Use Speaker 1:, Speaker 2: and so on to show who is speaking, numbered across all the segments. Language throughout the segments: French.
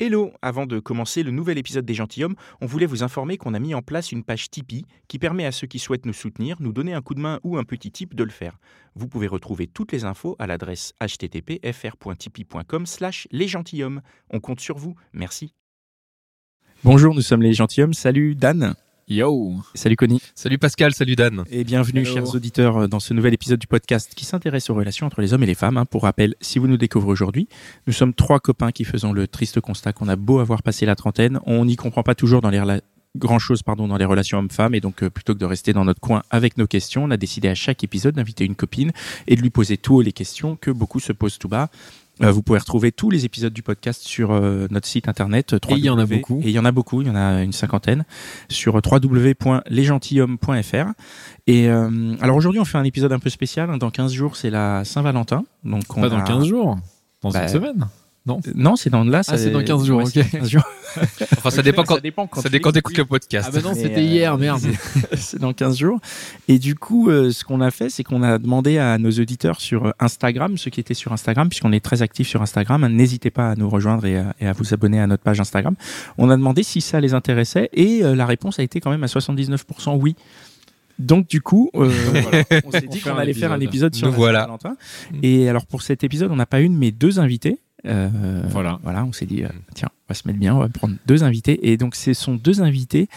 Speaker 1: Hello Avant de commencer le nouvel épisode des Gentilhommes, on voulait vous informer qu'on a mis en place une page Tipeee qui permet à ceux qui souhaitent nous soutenir, nous donner un coup de main ou un petit tip de le faire. Vous pouvez retrouver toutes les infos à l'adresse http://fr.tipeee.com slash lesgentilhommes. On compte sur vous, merci. Bonjour, nous sommes les Gentilhommes. Salut Dan.
Speaker 2: Yo
Speaker 1: Salut Connie.
Speaker 2: Salut Pascal, salut Dan.
Speaker 1: Et bienvenue,
Speaker 2: Hello.
Speaker 1: chers auditeurs, euh, dans ce nouvel épisode du podcast qui s'intéresse aux relations entre les hommes et les femmes. hein. Pour rappel, si vous nous découvrez aujourd'hui, nous sommes trois copains qui faisons le triste constat qu'on a beau avoir passé la trentaine, on n'y comprend pas toujours dans les rela- grand chose pardon dans les relations hommes-femmes et donc euh, plutôt que de rester dans notre coin avec nos questions, on a décidé à chaque épisode d'inviter une copine et de lui poser tout haut les questions que beaucoup se posent tout bas. Euh, vous pouvez retrouver tous les épisodes du podcast sur euh, notre site internet.
Speaker 2: Et il y en a
Speaker 1: 3W.
Speaker 2: beaucoup.
Speaker 1: Et il y en a beaucoup, il y en a une cinquantaine sur www.lesgentilhommes.fr. Et euh, alors aujourd'hui, on fait un épisode un peu spécial. hein. Dans 15 jours, c'est la Saint-Valentin. Donc on
Speaker 2: Pas dans
Speaker 1: a-
Speaker 2: 15 jours Dans
Speaker 1: Bah,
Speaker 2: une semaine
Speaker 1: Euh, Non, c'est dans là. ça-
Speaker 2: Ah, c'est dans 15 jours,
Speaker 1: Ouais, c'est
Speaker 2: ok.
Speaker 1: dans 15 jours.
Speaker 3: Enfin, ça dépend quand,
Speaker 1: ça dépend
Speaker 3: ça
Speaker 1: tu
Speaker 3: dépend
Speaker 1: l'écoutes.
Speaker 3: quand t'écoutes le podcast.
Speaker 2: Ah bah non,
Speaker 1: Mais,
Speaker 2: c'était
Speaker 1: euh,
Speaker 2: hier, merde.
Speaker 1: c'est dans 15 jours. Et du coup, euh, ce qu'on a fait, c'est qu'on a demandé à nos auditeurs sur euh, Instagram, ceux qui étaient sur Instagram, puisqu'on est très actifs sur Instagram, hein, n'hésitez pas à nous rejoindre et à, et à vous abonner à notre page Instagram. On a demandé si ça les intéressait et euh, la réponse a été quand même à 79% oui. Donc du coup, euh, voilà, on s'est dit
Speaker 2: fait
Speaker 1: qu'on
Speaker 2: un
Speaker 1: allait faire un épisode sur
Speaker 3: Nous
Speaker 1: la
Speaker 3: voilà.
Speaker 1: Saint-Valentin. Et alors pour cet épisode, on n'a pas une mais deux invités. Euh,
Speaker 2: Voilà.
Speaker 1: voilà, on s'est dit, euh, tiens, on va se mettre bien, on va prendre deux invités. Et donc, ce sont deux invités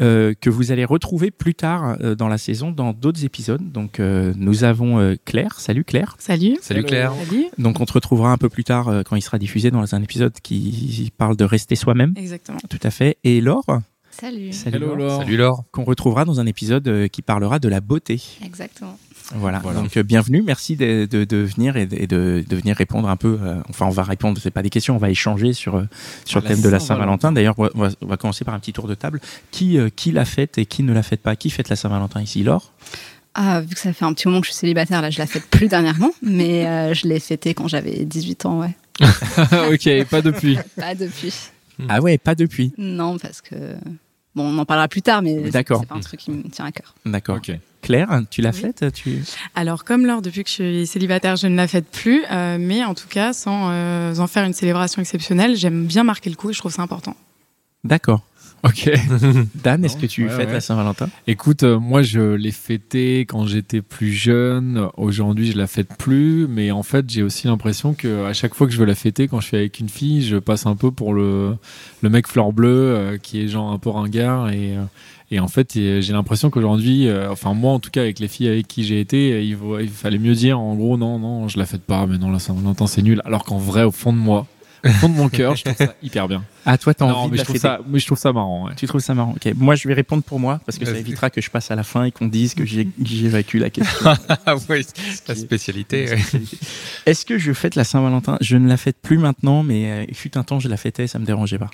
Speaker 1: euh, que vous allez retrouver plus tard euh, dans la saison, dans d'autres épisodes. Donc, euh, nous avons euh, Claire. Salut Claire.
Speaker 4: Salut.
Speaker 3: Salut
Speaker 2: Euh,
Speaker 3: Claire.
Speaker 4: Salut.
Speaker 1: Donc, on te retrouvera un peu plus tard euh, quand il sera diffusé dans un épisode qui parle de rester soi-même.
Speaker 4: Exactement.
Speaker 1: Tout à fait. Et Laure.
Speaker 4: Salut.
Speaker 1: Salut Laure.
Speaker 3: Salut Laure.
Speaker 1: Qu'on retrouvera dans un épisode euh, qui parlera de la beauté.
Speaker 4: Exactement.
Speaker 1: Voilà.
Speaker 2: Voilà.
Speaker 1: Donc euh, bienvenue, merci de, de, de venir et de, et de- de venir répondre un peu. euh, enfin, on va répondre, c'est pas des questions, on va échanger sur euh, sur le
Speaker 2: La
Speaker 1: thème de la
Speaker 2: Saint-Valentin.
Speaker 1: Saint-Valentin. D'ailleurs, on va, on va commencer par un petit tour de table. Qui euh, qui la fête et qui ne la fête pas Qui fête la Saint-Valentin ici, Laure
Speaker 4: Ah, vu que ça fait un petit moment que je suis célibataire, là, je la fête plus dernièrement, mais euh, je l'ai fêtée quand j'avais 18 ans, ouais.
Speaker 2: ok, pas depuis.
Speaker 4: Pas depuis.
Speaker 1: Ah ouais, pas depuis.
Speaker 4: Non, parce que. Bon, on en parlera plus tard, mais c'est
Speaker 1: D'accord.
Speaker 4: pas un truc qui me tient à cœur.
Speaker 1: D'accord.
Speaker 2: Ok.
Speaker 1: Claire, tu la
Speaker 5: Oui.
Speaker 1: fêtes Tu
Speaker 5: Alors, comme Laure, depuis que je suis célibataire, je ne la fête plus, euh, mais en tout cas, sans euh, en faire une célébration exceptionnelle, j'aime bien marquer le coup et je trouve ça important.
Speaker 1: D'accord.
Speaker 2: Ok.
Speaker 1: Dan, est-ce
Speaker 2: Non,
Speaker 1: que tu
Speaker 2: ouais,
Speaker 1: fêtes
Speaker 2: ouais.
Speaker 1: la Saint-Valentin
Speaker 2: Écoute, euh, moi je l'ai fêté quand j'étais plus jeune. Aujourd'hui, je la fête plus, mais en fait, j'ai aussi l'impression que à chaque fois que je veux la fêter, quand je suis avec une fille, je passe un peu pour le le mec fleur bleue euh, qui est genre un peu ringard et euh, et en fait, et euh, j'ai l'impression qu'aujourd'hui, euh, enfin moi en tout cas avec les filles avec qui j'ai été, euh, il, vaut- il fallait mieux dire en gros non non, je la fête pas, mais non la Saint-Valentin c'est nul. Alors qu'en vrai, au fond de moi, au fond de mon cœur, je trouve ça hyper bien.
Speaker 1: Ah toi, t'as
Speaker 2: Non,
Speaker 1: envie
Speaker 2: mais
Speaker 1: de
Speaker 2: je
Speaker 1: la
Speaker 2: trouve
Speaker 1: fêter
Speaker 2: ça, mais je trouve ça marrant. ouais.
Speaker 1: Tu trouves ça marrant Ok. Moi, je vais répondre pour moi parce que ça
Speaker 3: Vas-y.
Speaker 1: évitera que je passe à la fin et qu'on dise que j'ai que j'évacue la question.
Speaker 3: Ah oui, la spécialité. ouais.
Speaker 1: Est-ce que je fête la Saint-Valentin Je ne la fête plus maintenant, mais euh, il fut un temps, je la fêtais, ça me dérangeait pas.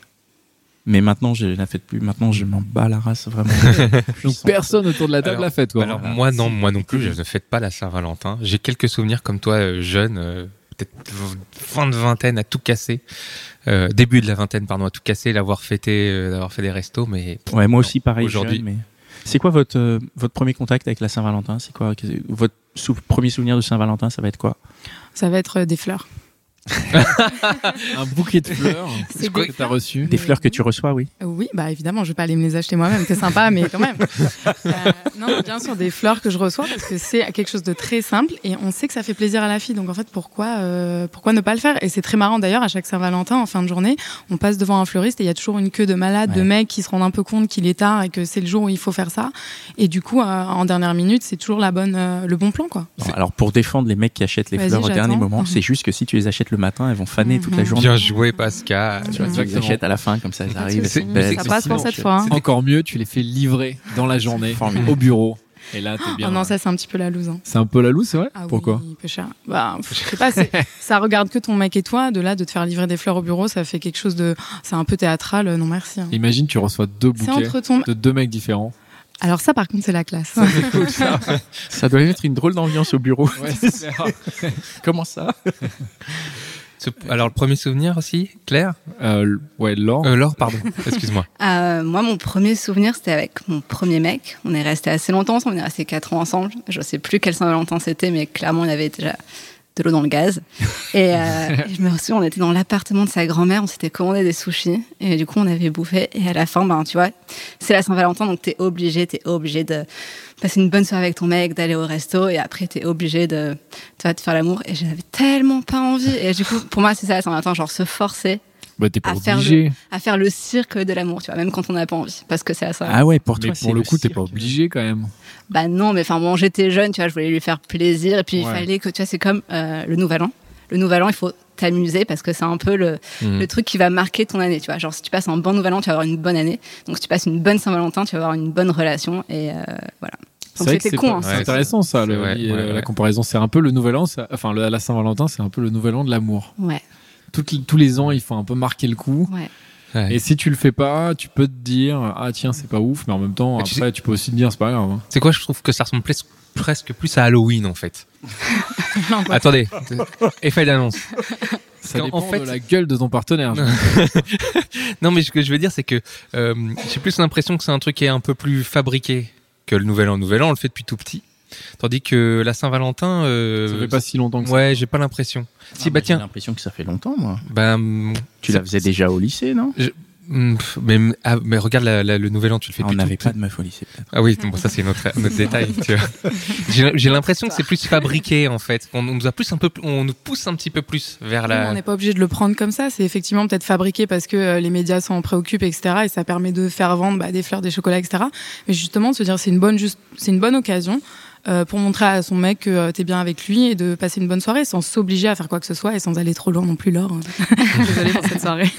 Speaker 1: Mais maintenant, je la fête plus. Maintenant, je m'en bats la race vraiment. Je
Speaker 2: Donc
Speaker 1: sens-
Speaker 2: personne autour de la table
Speaker 3: Alors-
Speaker 2: l'a fête, toi.
Speaker 3: Alors
Speaker 1: Voilà.
Speaker 3: moi non, moi non plus, je ne fête pas la Saint-Valentin. J'ai quelques souvenirs comme toi, euh, jeune, euh, peut-être v- fin de vingtaine à tout casser, Euh, début de la vingtaine pardon à tout casser, l'avoir fêté, euh, d'avoir fait des restos, mais
Speaker 1: Ouais, moi aussi, pareil.
Speaker 3: Aujourd'hui.
Speaker 1: jeune, Mais... C'est quoi votre euh, votre premier contact avec la Saint-Valentin C'est quoi que- votre sou- premier souvenir de Saint-Valentin Ça va être quoi
Speaker 5: Ça va être euh, des fleurs.
Speaker 2: un bouquet de fleurs
Speaker 5: C'est
Speaker 2: que
Speaker 5: des
Speaker 2: t'as reçu.
Speaker 1: Des
Speaker 5: Mais
Speaker 1: fleurs que
Speaker 5: oui.
Speaker 1: tu reçois, oui.
Speaker 5: Euh, Oui, bah évidemment, je vais pas aller me les acheter moi-même, c'est sympa, mais quand même. Euh, non, mais bien sûr, des fleurs que je reçois parce que c'est quelque chose de très simple et on sait que ça fait plaisir à la fille, donc en fait, pourquoi, euh, pourquoi ne pas le faire Et c'est très marrant d'ailleurs, à chaque Saint-Valentin, en fin de journée, on passe devant un fleuriste et il y a toujours une queue de malades, de
Speaker 1: Ouais.
Speaker 5: mecs qui se rendent un peu compte qu'il est tard et que c'est le jour où il faut faire ça. Et du coup, euh, en dernière minute, c'est toujours la bonne, euh, le bon plan, quoi.
Speaker 1: Bon, alors pour défendre les mecs qui achètent les
Speaker 5: Vas-y,
Speaker 1: fleurs au dernier
Speaker 5: j'attends.
Speaker 1: moment, c'est juste que si tu les achètes le matin, elles vont faner toute la
Speaker 5: Mhm.
Speaker 1: journée.
Speaker 3: bien joué Pascal.
Speaker 1: Tu vois, tu les
Speaker 2: Exactement.
Speaker 1: achètes à la fin, comme ça, elles arrivent.
Speaker 5: Pas de
Speaker 1: elles
Speaker 5: soucis,
Speaker 1: sont belles,
Speaker 5: Ça passe pour
Speaker 1: elles sont
Speaker 5: cette fois. hein.
Speaker 2: Encore mieux, tu les fais livrer dans la journée
Speaker 1: Formidable.
Speaker 2: au bureau. Et là, t'es bien.
Speaker 5: Ah non,
Speaker 2: ouais.
Speaker 5: ça c'est un petit peu la loose. hein.
Speaker 2: C'est un peu la loose, c'est vrai
Speaker 5: Ah
Speaker 2: Pourquoi
Speaker 5: oui, peu cher. Bah, pff, je sais pas, c'est- ça regarde que ton mec et toi. De là, de te faire livrer des fleurs au bureau, ça fait quelque chose de. C'est un peu théâtral, euh, non merci. hein.
Speaker 2: Imagine, tu reçois deux
Speaker 5: C'est
Speaker 2: bouquets
Speaker 5: entre ton.
Speaker 2: de deux mecs différents.
Speaker 5: Alors, ça, par contre, c'est la classe.
Speaker 1: Ça doit être une drôle d'ambiance au bureau. Comment ça
Speaker 3: Ce- Alors, le premier souvenir aussi, Claire
Speaker 2: Euh, l- ouais, Laure.
Speaker 3: Euh, Laure, pardon, excuse-moi.
Speaker 4: Euh, moi, mon premier souvenir, c'était avec mon premier mec. On est resté assez longtemps ensemble, on est resté quatre ans ensemble. Je sais plus quel Saint-Valentin c'était, mais clairement, il y avait déjà de l'eau dans le gaz. Et euh, et je me souviens, on était dans l'appartement de sa grand-mère, on s'était commandé des sushis, et du coup, on avait bouffé. Et à la fin, ben, tu vois, c'est la Saint-Valentin, donc t'es obligé, t'es obligé de passer une bonne soirée avec ton mec, d'aller au resto, et après, t'es obligé de, tu vois, de faire l'amour. Et j'avais tellement pas envie. Et du coup, pour moi, c'est ça la Saint-Valentin, genre se forcer
Speaker 2: Bah, t'es
Speaker 5: Ah,
Speaker 2: pas
Speaker 4: À faire
Speaker 2: obligé.
Speaker 4: à faire le cirque de l'amour, tu vois, même quand on n'a pas envie, parce que c'est à ça.
Speaker 1: Ah ouais, pour
Speaker 2: Mais
Speaker 1: toi,
Speaker 2: pour le coup, t'es pas obligé quand même.
Speaker 4: Bah non, mais enfin, bon, j'étais jeune, tu vois, je voulais lui faire plaisir, et puis il
Speaker 2: Ouais.
Speaker 4: fallait que, tu vois, c'est comme euh, le Nouvel An. Le Nouvel An, il faut t'amuser parce que c'est un peu le,
Speaker 3: Mm.
Speaker 4: le truc qui va marquer ton année, tu vois. Genre, si tu passes un bon Nouvel An, tu vas avoir une bonne année. Donc, si tu passes une bonne Saint-Valentin, tu vas avoir une bonne relation, et euh, voilà.
Speaker 2: C'est
Speaker 4: Donc,
Speaker 2: vrai que
Speaker 4: c'était
Speaker 2: c'est
Speaker 4: con,
Speaker 2: pas-
Speaker 4: hein.
Speaker 2: c'est
Speaker 3: Ouais,
Speaker 2: intéressant ça,
Speaker 3: c'est
Speaker 2: le-
Speaker 3: vrai,
Speaker 2: la-
Speaker 3: ouais,
Speaker 2: la
Speaker 3: ouais.
Speaker 2: comparaison. C'est un peu le nouvel an, ça- enfin le- la Saint-Valentin, c'est un peu le nouvel an de l'amour.
Speaker 4: Ouais,
Speaker 2: Toutes- tous les ans, il faut un peu marquer le coup.
Speaker 4: ouais.
Speaker 3: Ouais.
Speaker 2: Et si tu le fais pas, tu peux te dire ah tiens c'est pas ouf, mais en même temps
Speaker 3: Et
Speaker 2: après
Speaker 3: tu
Speaker 2: tu, peux aussi te dire c'est pas grave. hein.
Speaker 3: C'est quoi, je trouve que ça ressemble ples- presque plus à Halloween, en fait. Attendez, effet d'annonce.
Speaker 2: Ça
Speaker 3: qu'en-
Speaker 2: dépend
Speaker 3: en fait-
Speaker 2: de la gueule de ton partenaire.
Speaker 3: Non. Non, mais ce que je veux dire, c'est que euh, j'ai plus l'impression que c'est un truc qui est un peu plus fabriqué que le Nouvel An. Le Nouvel An, on le fait depuis tout petit. Tandis que la Saint-Valentin... euh,
Speaker 2: ça fait pas si longtemps que ça. Ah,
Speaker 3: Ouais, j'ai pas l'impression. Si,
Speaker 1: Ah,
Speaker 3: bah
Speaker 1: J'ai
Speaker 3: tiens,
Speaker 1: l'impression que ça fait longtemps, moi.
Speaker 3: bah, hum,
Speaker 1: Tu la faisais déjà au lycée, non
Speaker 3: hum, pff, mais, ah, mais regarde la- la- le Nouvel An, tu le fais
Speaker 1: Ah, On
Speaker 2: Ah,
Speaker 3: depuis
Speaker 1: n'avait
Speaker 3: tout
Speaker 1: pas de meuf au lycée. peut-être.
Speaker 3: Ah oui, bon, ça c'est notre, notre détail. tu vois. J'ai j'ai l'impression que c'est plus fabriqué en fait. On, on nous a plus un peu, on nous pousse un petit peu plus vers
Speaker 5: On
Speaker 3: la.
Speaker 5: n'est pas obligé de le prendre comme ça. C'est effectivement peut-être fabriqué parce que euh, les médias s'en préoccupent, etc. Et ça permet de faire vendre bah, des fleurs, des chocolats, etc. Mais justement, de se dire c'est une bonne, juste, c'est une bonne occasion euh, pour montrer à son mec que euh, t'es bien avec lui et de passer une bonne soirée sans s'obliger à faire quoi que ce soit et sans aller trop loin non plus, Laure. hein. Désolée pour cette soirée.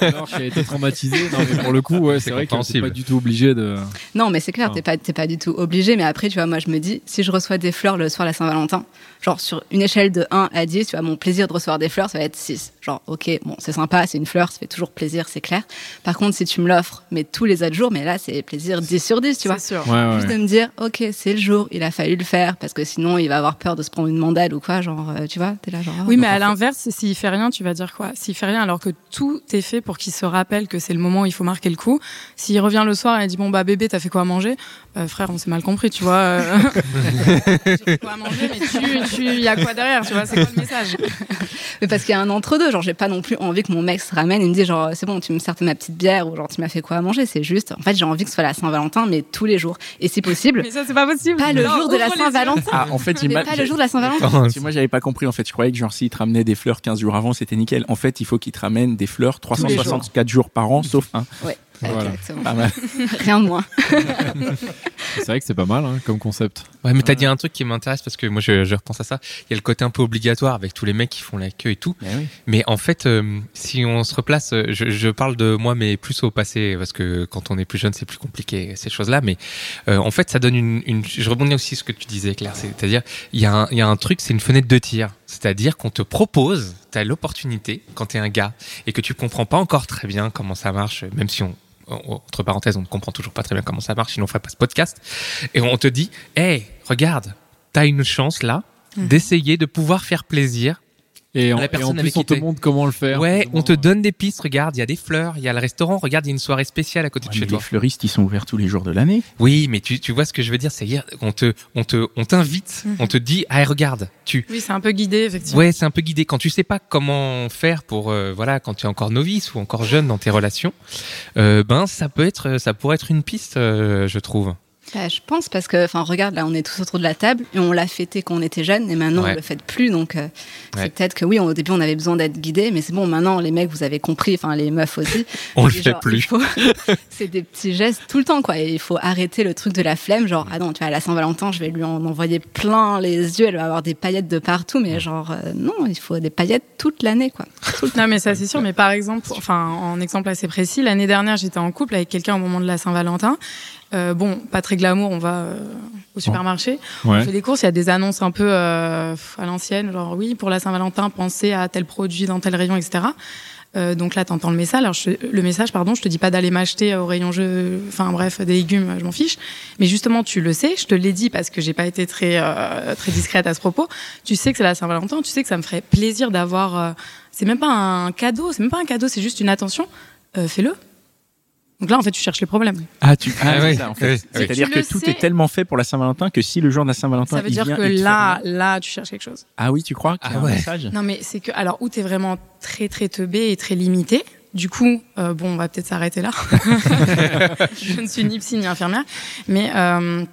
Speaker 2: Alors qui a été traumatisé. Non, mais pour le coup ouais,
Speaker 3: C'est
Speaker 2: c'est vrai que t'es
Speaker 3: compréhensible.
Speaker 2: pas du tout obligé de.
Speaker 4: Non, mais c'est clair,
Speaker 2: Non.
Speaker 4: t'es pas, t'es pas du tout obligé. Mais après, tu vois, moi, je me dis, si je reçois des fleurs le soir de la Saint-Valentin, genre sur une échelle de 1 à 10, tu vois, mon plaisir de recevoir des fleurs, ça va être 6. Genre, ok, bon, c'est sympa, c'est une fleur, ça fait toujours plaisir, c'est clair. Par contre, si tu me l'offres, mais tous les autres jours, mais là, c'est plaisir 10 sur 10, tu vois.
Speaker 5: C'est sûr.
Speaker 2: Ouais, Ah ouais.
Speaker 4: Juste de me dire, ok, c'est le jour, il a fallu le faire, parce que sinon, il va avoir peur de se prendre une mandale ou quoi, genre, euh, tu vois, t'es là, genre. ah,
Speaker 5: Oui, mais
Speaker 4: bon,
Speaker 5: à
Speaker 4: en
Speaker 5: l'inverse, s'il fait rien, tu vas dire quoi S'il fait rien, alors que tout est fait pour qu'il se rappelle que c'est le moment où il faut marquer le coup. S'il revient le soir et dit bon bah bébé, t'as fait quoi à manger Bah, Frère, on s'est mal compris, tu vois. euh. J'ai fait quoi à manger Mais tu, tu, y a quoi derrière Tu vois, c'est quoi le message
Speaker 4: Mais parce qu'il y a un entre-deux, genre j'ai pas non plus envie que mon mec se ramène et me dise genre c'est bon, tu me sers ma petite bière ou genre tu m'as fait quoi à manger, c'est juste. En fait, j'ai envie que ce soit la Saint-Valentin, mais tous les jours. Et si possible,
Speaker 5: Mais ça, c'est pas possible.
Speaker 4: pas le
Speaker 5: Non,
Speaker 4: jour de la
Speaker 5: ouvre les yeux.
Speaker 4: Saint-Valentin.
Speaker 1: Ah, en fait, j'ai
Speaker 4: Mais
Speaker 1: mal-
Speaker 4: pas le jour de la Saint-Valentin.
Speaker 1: Si moi j'avais pas compris, en fait, je croyais que genre s'il te ramenait des fleurs 15 jours avant, c'était nickel. En fait, il faut qu'il te ramène des fleurs 364 jours. par an, sauf un.
Speaker 2: Voilà.
Speaker 4: Exactement.
Speaker 1: Pas mal.
Speaker 4: Rien de moins.
Speaker 2: C'est vrai que c'est pas mal hein, comme concept.
Speaker 3: Ouais, mais t'as dit un truc qui m'intéresse parce que moi je, je repense à ça. Il y a le côté un peu obligatoire avec tous les mecs qui font la queue et tout. Mais en fait, euh, si on se replace, euh, je, je parle de moi, mais plus au passé, parce que quand on est plus jeune, c'est plus compliqué ces choses-là. Mais euh, en fait, ça donne une, une- Je rebondis aussi sur ce que tu disais, Claire. C'est-à-dire, il y, a un- il y a un truc, c'est une fenêtre de tir. C'est-à-dire qu'on te propose, t'as l'opportunité quand t'es un gars et que tu comprends pas encore très bien comment ça marche, même si on on- entre parenthèses, on ne comprend toujours pas très bien comment ça marche, sinon on ferait pas ce podcast. Et on te dit, hey, regarde, t'as une chance là d'essayer de pouvoir faire plaisir
Speaker 2: Et en,
Speaker 3: La
Speaker 2: et en
Speaker 3: personne
Speaker 2: plus
Speaker 3: avec
Speaker 2: on
Speaker 3: qui
Speaker 2: te
Speaker 3: t'es-
Speaker 2: montre comment le faire.
Speaker 3: Ouais,
Speaker 2: Comment,
Speaker 3: on te
Speaker 2: euh,
Speaker 3: donne des pistes, regarde, il y a des fleurs, il y a le restaurant, regarde, il y a une soirée spéciale à côté de
Speaker 1: Ouais, mais
Speaker 3: chez
Speaker 1: les
Speaker 3: toi.
Speaker 1: fleuristes, ils sont ouverts tous les jours de l'année.
Speaker 3: Oui, mais tu, tu vois ce que je veux dire, c'est hier, on te, on te, on t'invite,
Speaker 5: Mhm.
Speaker 3: on te dit, ah, regarde, tu,
Speaker 5: Oui, c'est un peu guidé, effectivement.
Speaker 3: ouais, c'est un peu guidé. Quand tu sais pas comment faire pour, euh, voilà, quand tu es encore novice ou encore jeune dans tes relations, euh, ben, ça peut être, ça pourrait être une piste, euh, je trouve.
Speaker 4: Bah, je pense parce que, enfin, regarde, là, on est tous autour de la table et on l'a fêté quand on était jeune et maintenant
Speaker 3: Ouais.
Speaker 4: on le fête plus. Donc, euh,
Speaker 3: Ouais.
Speaker 4: c'est peut-être que oui, au début on avait besoin d'être guidé, mais c'est bon, maintenant les mecs, vous avez compris, enfin, les meufs aussi.
Speaker 3: On le
Speaker 4: Et
Speaker 3: fait
Speaker 4: genre, il
Speaker 3: plus.
Speaker 4: faut- C'est des petits gestes tout le temps, quoi. Et il faut arrêter le truc de la flemme, genre, ah non, tu vois, à la Saint-Valentin, je vais lui en envoyer plein les yeux, elle va avoir des paillettes de partout, mais genre, euh, non, il faut des paillettes toute l'année, quoi.
Speaker 1: cool.
Speaker 5: Non, mais ça, c'est sûr. Mais par exemple, enfin, en exemple assez précis, l'année dernière, j'étais en couple avec quelqu'un au moment de la Saint-Valentin. Euh, bon, pas très glamour, on va euh, au supermarché. On
Speaker 2: Ouais.
Speaker 5: fait des courses, il y a des annonces un peu euh, à l'ancienne, genre oui, pour la Saint-Valentin, pensez à tel produit dans tel rayon, etc. Euh, donc là, t'entends le message. Alors, je, te- le message, pardon, je te dis pas d'aller m'acheter euh, au rayon jeu, enfin bref, des légumes, je m'en fiche. Mais justement, tu le sais, je te l'ai dit parce que j'ai pas été très euh, très discrète à ce propos. Tu sais que c'est la Saint-Valentin, tu sais que ça me ferait plaisir d'avoir. euh, c'est même pas un cadeau, c'est même pas un cadeau, c'est juste une attention. Euh, Fais-le. Donc là, en fait, tu cherches les problèmes.
Speaker 1: Ah, tu. Ah,
Speaker 3: Ah
Speaker 1: c'est
Speaker 3: oui,
Speaker 1: ça, en fait.
Speaker 3: oui, oui.
Speaker 1: C'est-à-dire
Speaker 5: Tu
Speaker 1: que
Speaker 5: le
Speaker 1: tout
Speaker 5: sais.
Speaker 1: est tellement fait pour la Saint-Valentin que si le jour de la Saint-Valentin,
Speaker 5: Ça veut
Speaker 1: il
Speaker 5: dire
Speaker 1: vient
Speaker 5: que
Speaker 1: et te fait
Speaker 5: là,
Speaker 1: rien-
Speaker 5: là, tu cherches quelque chose.
Speaker 1: Ah oui, tu crois qu'il y a
Speaker 3: Ah
Speaker 1: un
Speaker 3: ouais.
Speaker 1: message
Speaker 5: Non, mais c'est que, alors, ou t'es vraiment très, très teubé et très limité. Du coup, euh, bon, on va peut-être s'arrêter là. je ne suis ni psy ni infirmière. Mais euh,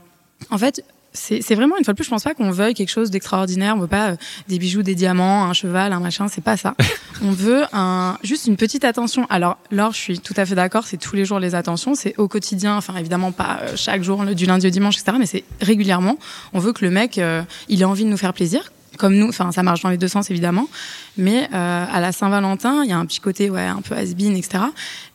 Speaker 5: en fait, c'est c'est vraiment, une fois de plus, je pense pas qu'on veuille quelque chose d'extraordinaire. On veut pas euh, des bijoux, des diamants, un cheval, un machin, c'est pas ça. On veut un, juste une petite attention. Alors, Laure, je suis tout à fait d'accord, c'est tous les jours les attentions, c'est au quotidien, enfin évidemment pas euh, chaque jour, le- du lundi au dimanche, etc., mais c'est régulièrement. On veut que le mec, euh, il ait envie de nous faire plaisir, comme nous, enfin ça marche dans les deux sens évidemment, mais euh, à la Saint-Valentin, il y a un petit côté ouais, un peu has-been, etc.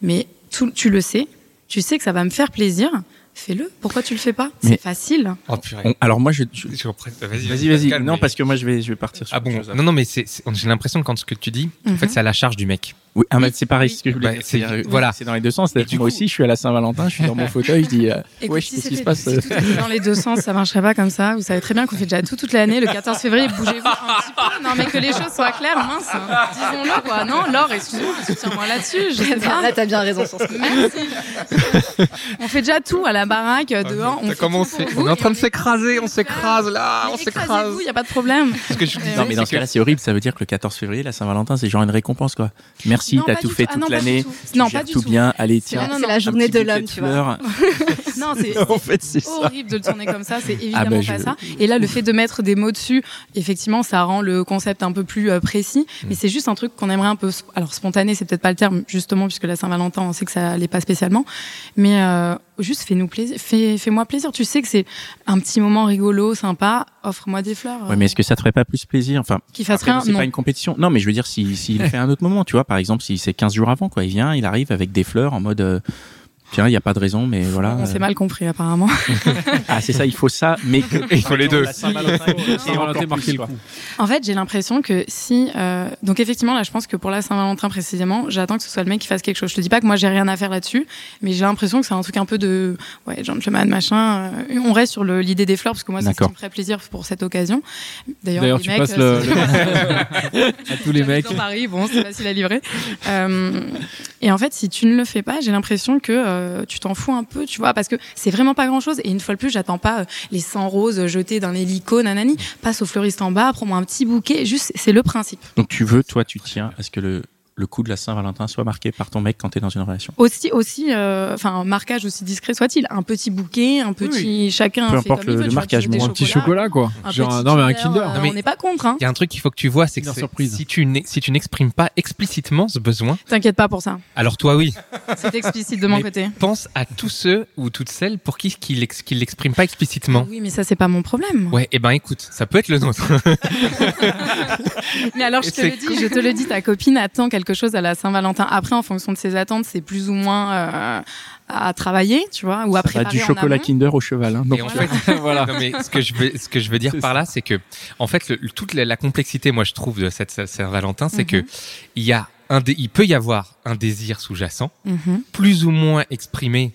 Speaker 5: Mais tout, tu le sais, tu sais que ça va me faire plaisir, fais-le. Pourquoi tu le fais pas
Speaker 1: Mais-
Speaker 5: C'est facile.
Speaker 3: Oh purée.
Speaker 1: On- Alors moi, je. je-
Speaker 3: Je reprends- Vas-y,
Speaker 1: Vas-y, vas-y.
Speaker 3: Pascal,
Speaker 1: non,
Speaker 3: mais-
Speaker 1: parce que moi, je vais, je vais partir sur
Speaker 3: Ah
Speaker 1: autre
Speaker 3: bon
Speaker 1: chose après.
Speaker 3: Non, non, mais c'est- c'est- j'ai l'impression que quand ce que tu dis, en fait,
Speaker 5: Mhm.
Speaker 3: c'est à la charge du mec.
Speaker 1: Oui, ah, mais c'est pareil, c'est ce que je voulais
Speaker 3: Bah,
Speaker 1: dire.
Speaker 3: c'est-
Speaker 1: C'est-à-dire,
Speaker 3: voilà.
Speaker 1: C'est dans les deux sens.
Speaker 3: Et du
Speaker 1: C'est-à-dire, moi
Speaker 3: coup-
Speaker 1: aussi, je suis à la Saint-Valentin, je suis dans mon fauteuil, je dis, euh,
Speaker 5: Écoute,
Speaker 1: ouais,
Speaker 5: si
Speaker 1: qu'est-ce qui
Speaker 5: c'était-
Speaker 1: se passe
Speaker 5: si tout était dans les deux sens, ça marcherait pas comme ça. Vous savez très bien qu'on fait déjà tout toute l'année. Le 14 février, bougez-vous un petit peu. Non, mais que les choses soient claires, mince. Disons-le, quoi. Non, Laure, excuse-moi, soutiens-moi là-dessus. Je sais pas.
Speaker 4: Là, t'as bien raison sur ce coup.
Speaker 5: Merci. on fait déjà tout à la baraque,
Speaker 3: Ah,
Speaker 5: dehors. On fait tout pour vous
Speaker 3: s'écraser,
Speaker 5: et on Ah, on s'écrase,
Speaker 3: là,
Speaker 5: Mais écrasez-vous, Il n'y a pas de problème.
Speaker 3: Ce que je vous
Speaker 5: Euh,
Speaker 3: disais,
Speaker 1: Non, mais dans ce
Speaker 3: c'est que-
Speaker 1: cas-là, c'est horrible. Ça veut dire que le 14 février, la Saint-Valentin, c'est genre une récompense, quoi. Merci,
Speaker 5: Non,
Speaker 1: t'as
Speaker 5: pas
Speaker 1: tout
Speaker 5: du
Speaker 1: fait
Speaker 5: tout. Ah non,
Speaker 1: toute
Speaker 5: pas du
Speaker 1: l'année.
Speaker 5: tout.
Speaker 1: tu
Speaker 5: Non,
Speaker 1: gères
Speaker 5: pas du
Speaker 1: tout
Speaker 5: tout.
Speaker 1: bien. Allez,
Speaker 4: C'est
Speaker 1: tiens.
Speaker 4: la-
Speaker 5: non,
Speaker 4: c'est
Speaker 5: non,
Speaker 4: la journée de l'homme, tu vois.
Speaker 5: Non, c'est
Speaker 1: En fait, c'est ça.
Speaker 5: horrible de le tourner comme ça, c'est évidemment
Speaker 1: Ah bah, je-
Speaker 5: pas ça. Et là, le fait de mettre des mots dessus, effectivement, ça rend le concept un peu plus euh, précis.
Speaker 1: Mm.
Speaker 5: Mais c'est juste un truc qu'on aimerait un peu, sp- alors spontané, c'est peut-être pas le terme, justement, puisque la Saint-Valentin, on sait que ça l'est pas spécialement. Mais euh, juste fais-nous plaisir, fais, fais-moi plaisir. Tu sais que c'est un petit moment rigolo, sympa. Offre-moi des fleurs. euh,
Speaker 1: Ouais, mais est-ce que ça te ferait pas plus plaisir Enfin,
Speaker 5: Qui fasse
Speaker 1: après,
Speaker 5: rien,
Speaker 1: c'est
Speaker 5: non.
Speaker 1: pas une compétition. Non, mais je veux dire, s'il si, s'il le fait à un autre moment, tu vois, par exemple, si c'est 15 jours avant, quoi, il vient, il arrive avec des fleurs en mode. euh, Tiens, il n'y a pas de raison, mais voilà.
Speaker 5: On
Speaker 1: euh,
Speaker 5: s'est mal compris apparemment.
Speaker 1: Ah, c'est ça, il faut ça, mais que-
Speaker 3: Il faut les deux.
Speaker 1: La Saint-Valentin,
Speaker 2: Et
Speaker 1: et encore
Speaker 2: Valentin marqué
Speaker 1: plus,
Speaker 2: le
Speaker 1: quoi.
Speaker 2: coup.
Speaker 5: En fait, j'ai l'impression que si, euh, donc effectivement, là, je pense que pour la Saint-Valentin précisément, j'attends que ce soit le mec qui fasse quelque chose. Je te dis pas que moi j'ai rien à faire là-dessus, mais j'ai l'impression que c'est un truc un peu de, ouais, gentleman, machin. euh, on reste sur le- l'idée des fleurs parce que moi, c'est ce qui
Speaker 1: D'accord.
Speaker 5: me ferait plaisir pour cette occasion. D'ailleurs,
Speaker 2: D'ailleurs,
Speaker 5: les
Speaker 2: tu
Speaker 5: mecs,
Speaker 2: passes
Speaker 5: euh,
Speaker 2: le,
Speaker 5: si-
Speaker 2: le- à tous les mecs.
Speaker 5: J'habite Dans Paris, bon, c'est facile à livrer. Euh, et en fait, si tu ne le fais pas, j'ai l'impression que euh, tu t'en fous un peu, tu vois, parce que c'est vraiment pas grand-chose. Et une fois de plus, j'attends pas euh, les 100 roses jetées d'un hélico, nanani. Passe au fleuriste en bas, prends-moi un petit bouquet. Juste, c'est le principe.
Speaker 1: Donc tu veux, toi, tu tiens à ce que le, le coup de la Saint-Valentin soit marqué par ton mec quand t'es dans une relation.
Speaker 5: Aussi, aussi, euh, enfin, un marquage aussi discret soit-il, un petit bouquet, un petit chacun.
Speaker 1: Peu
Speaker 5: fait
Speaker 1: importe
Speaker 5: comme
Speaker 1: le-
Speaker 5: il veut,
Speaker 1: le
Speaker 5: tu vois,
Speaker 1: marquage,
Speaker 5: tu veux
Speaker 1: bon,
Speaker 5: des
Speaker 2: Un petit
Speaker 5: chocolats,
Speaker 2: chocolat, quoi.
Speaker 5: un
Speaker 2: Genre,
Speaker 5: petit
Speaker 2: un- non, mais un
Speaker 5: Kinder,
Speaker 2: Kinder.
Speaker 5: euh,
Speaker 3: Non, mais-
Speaker 5: On n'est pas contre, hein.
Speaker 3: Il y a un truc qu'il faut que tu vois, c'est que
Speaker 2: Kinder
Speaker 3: c'est-
Speaker 2: surprise.
Speaker 3: si tu n'es- si tu n'exprimes pas explicitement ce besoin,
Speaker 5: T'inquiète pas pour ça.
Speaker 3: alors toi oui,
Speaker 5: C'est explicite de mon
Speaker 3: Mais-
Speaker 5: côté.
Speaker 3: pense à tous ceux ou toutes celles pour qui qui l'ex- qui l'expriment pas explicitement.
Speaker 5: Ah Oui, mais ça, c'est pas mon problème.
Speaker 3: Ouais, et ben écoute, ça peut être le nôtre.
Speaker 5: Mais alors,
Speaker 3: Et
Speaker 5: je te
Speaker 3: c'est
Speaker 5: le dis, je te le dis, ta copine attend quelque chose à la Saint-Valentin. Après, en fonction de ses attentes, c'est plus ou moins euh, à travailler, tu vois, ou
Speaker 1: Ça va
Speaker 5: à préparer
Speaker 1: Bah, du
Speaker 5: en
Speaker 1: chocolat
Speaker 5: amont.
Speaker 1: Kinder au cheval. Hein, donc-
Speaker 3: Et en fait,
Speaker 2: voilà.
Speaker 3: Non, mais ce que je veux, ce que je veux dire
Speaker 2: C'est
Speaker 3: par là, c'est que, en fait, le- le- toute la, la complexité, moi, je trouve de cette Saint- Saint-Valentin, c'est
Speaker 5: Mhm.
Speaker 3: que il y a un, dé- il peut y avoir un désir sous-jacent,
Speaker 5: Mhm.
Speaker 3: plus ou moins exprimé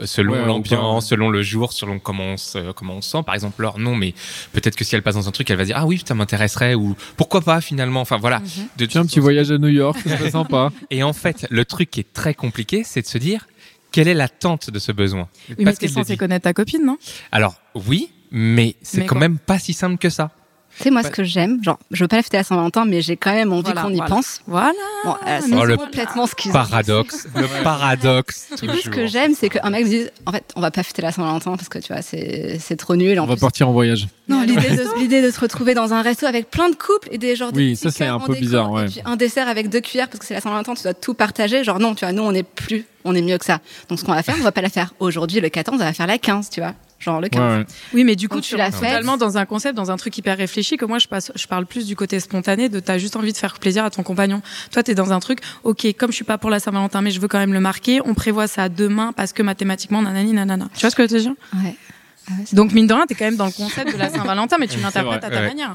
Speaker 3: euh, selon
Speaker 2: Ouais, ou
Speaker 3: l'ambiance,
Speaker 2: pas.
Speaker 3: selon le jour, selon comment on se, comment on se sent. Par exemple, Laure, non, mais peut-être que si elle passe dans un truc, elle va dire ah oui, ça m'intéresserait ou pourquoi pas finalement. Enfin voilà. De-
Speaker 2: Tiens, un petit voyage à New York, ça serait sympa.
Speaker 3: Et en fait, le truc qui est très compliqué, c'est de se dire quelle est l'attente de ce besoin.
Speaker 5: Oui, mais
Speaker 3: Parce
Speaker 5: t'es
Speaker 3: qu'il le
Speaker 5: censé
Speaker 3: dit.
Speaker 5: connaître ta copine, non
Speaker 3: Alors oui, mais c'est
Speaker 5: Mais
Speaker 3: quand
Speaker 5: quoi
Speaker 3: même pas si simple que ça.
Speaker 4: Tu sais, moi, ce que j'aime, genre, je veux pas la fêter à Saint-Valentin, mais j'ai quand même envie
Speaker 5: Voilà,
Speaker 4: qu'on y
Speaker 5: voilà.
Speaker 4: pense.
Speaker 5: Voilà.
Speaker 4: Bon, euh, c'est
Speaker 3: Oh, le
Speaker 4: complètement ce qu'ils
Speaker 3: Paradoxe, le paradoxe.
Speaker 4: Du coup, ce que
Speaker 3: toujours.
Speaker 4: j'aime, c'est qu'un mec dise, en fait, on va pas fêter la Saint-Valentin parce que tu vois, c'est c'est trop nul.
Speaker 2: On
Speaker 4: En
Speaker 2: va
Speaker 4: plus-
Speaker 2: partir en voyage.
Speaker 4: Non, l'idée de, l'idée de se retrouver dans un resto avec plein de couples et des genres de
Speaker 2: Oui,
Speaker 4: petits
Speaker 2: ça, c'est
Speaker 4: cœurs
Speaker 2: un
Speaker 4: en
Speaker 2: peu
Speaker 4: décor,
Speaker 2: bizarre, ouais.
Speaker 4: Et puis un dessert avec deux cuillères parce que c'est la Saint-Valentin, tu dois tout partager. Genre non, tu vois, nous on est plus, on est mieux que ça. Donc ce qu'on va faire, on va pas la faire aujourd'hui le 14, on va la faire la 15, tu vois. genre le
Speaker 2: Ouais,
Speaker 4: 15.
Speaker 2: ouais.
Speaker 5: Oui, mais du coup,
Speaker 4: Donc,
Speaker 5: tu
Speaker 4: tu la
Speaker 5: rentres
Speaker 4: fais.
Speaker 5: totalement dans un concept, dans un truc hyper réfléchi, que moi, je, passe, je parle plus du côté spontané, de t'as juste envie de faire plaisir à ton compagnon. Toi, t'es dans un truc, ok, comme je suis pas pour la Saint-Valentin, mais je veux quand même le marquer, on prévoit ça demain parce que mathématiquement, nanani, nanana. Tu vois ce que je veux dire
Speaker 4: Ouais. Ah ouais, c'est-
Speaker 5: Donc, mine de rien, t'es quand même dans le concept de la Saint-Valentin, mais tu
Speaker 2: C'est
Speaker 5: l'interprètes
Speaker 2: vrai,
Speaker 5: à ta
Speaker 3: ouais.
Speaker 5: manière.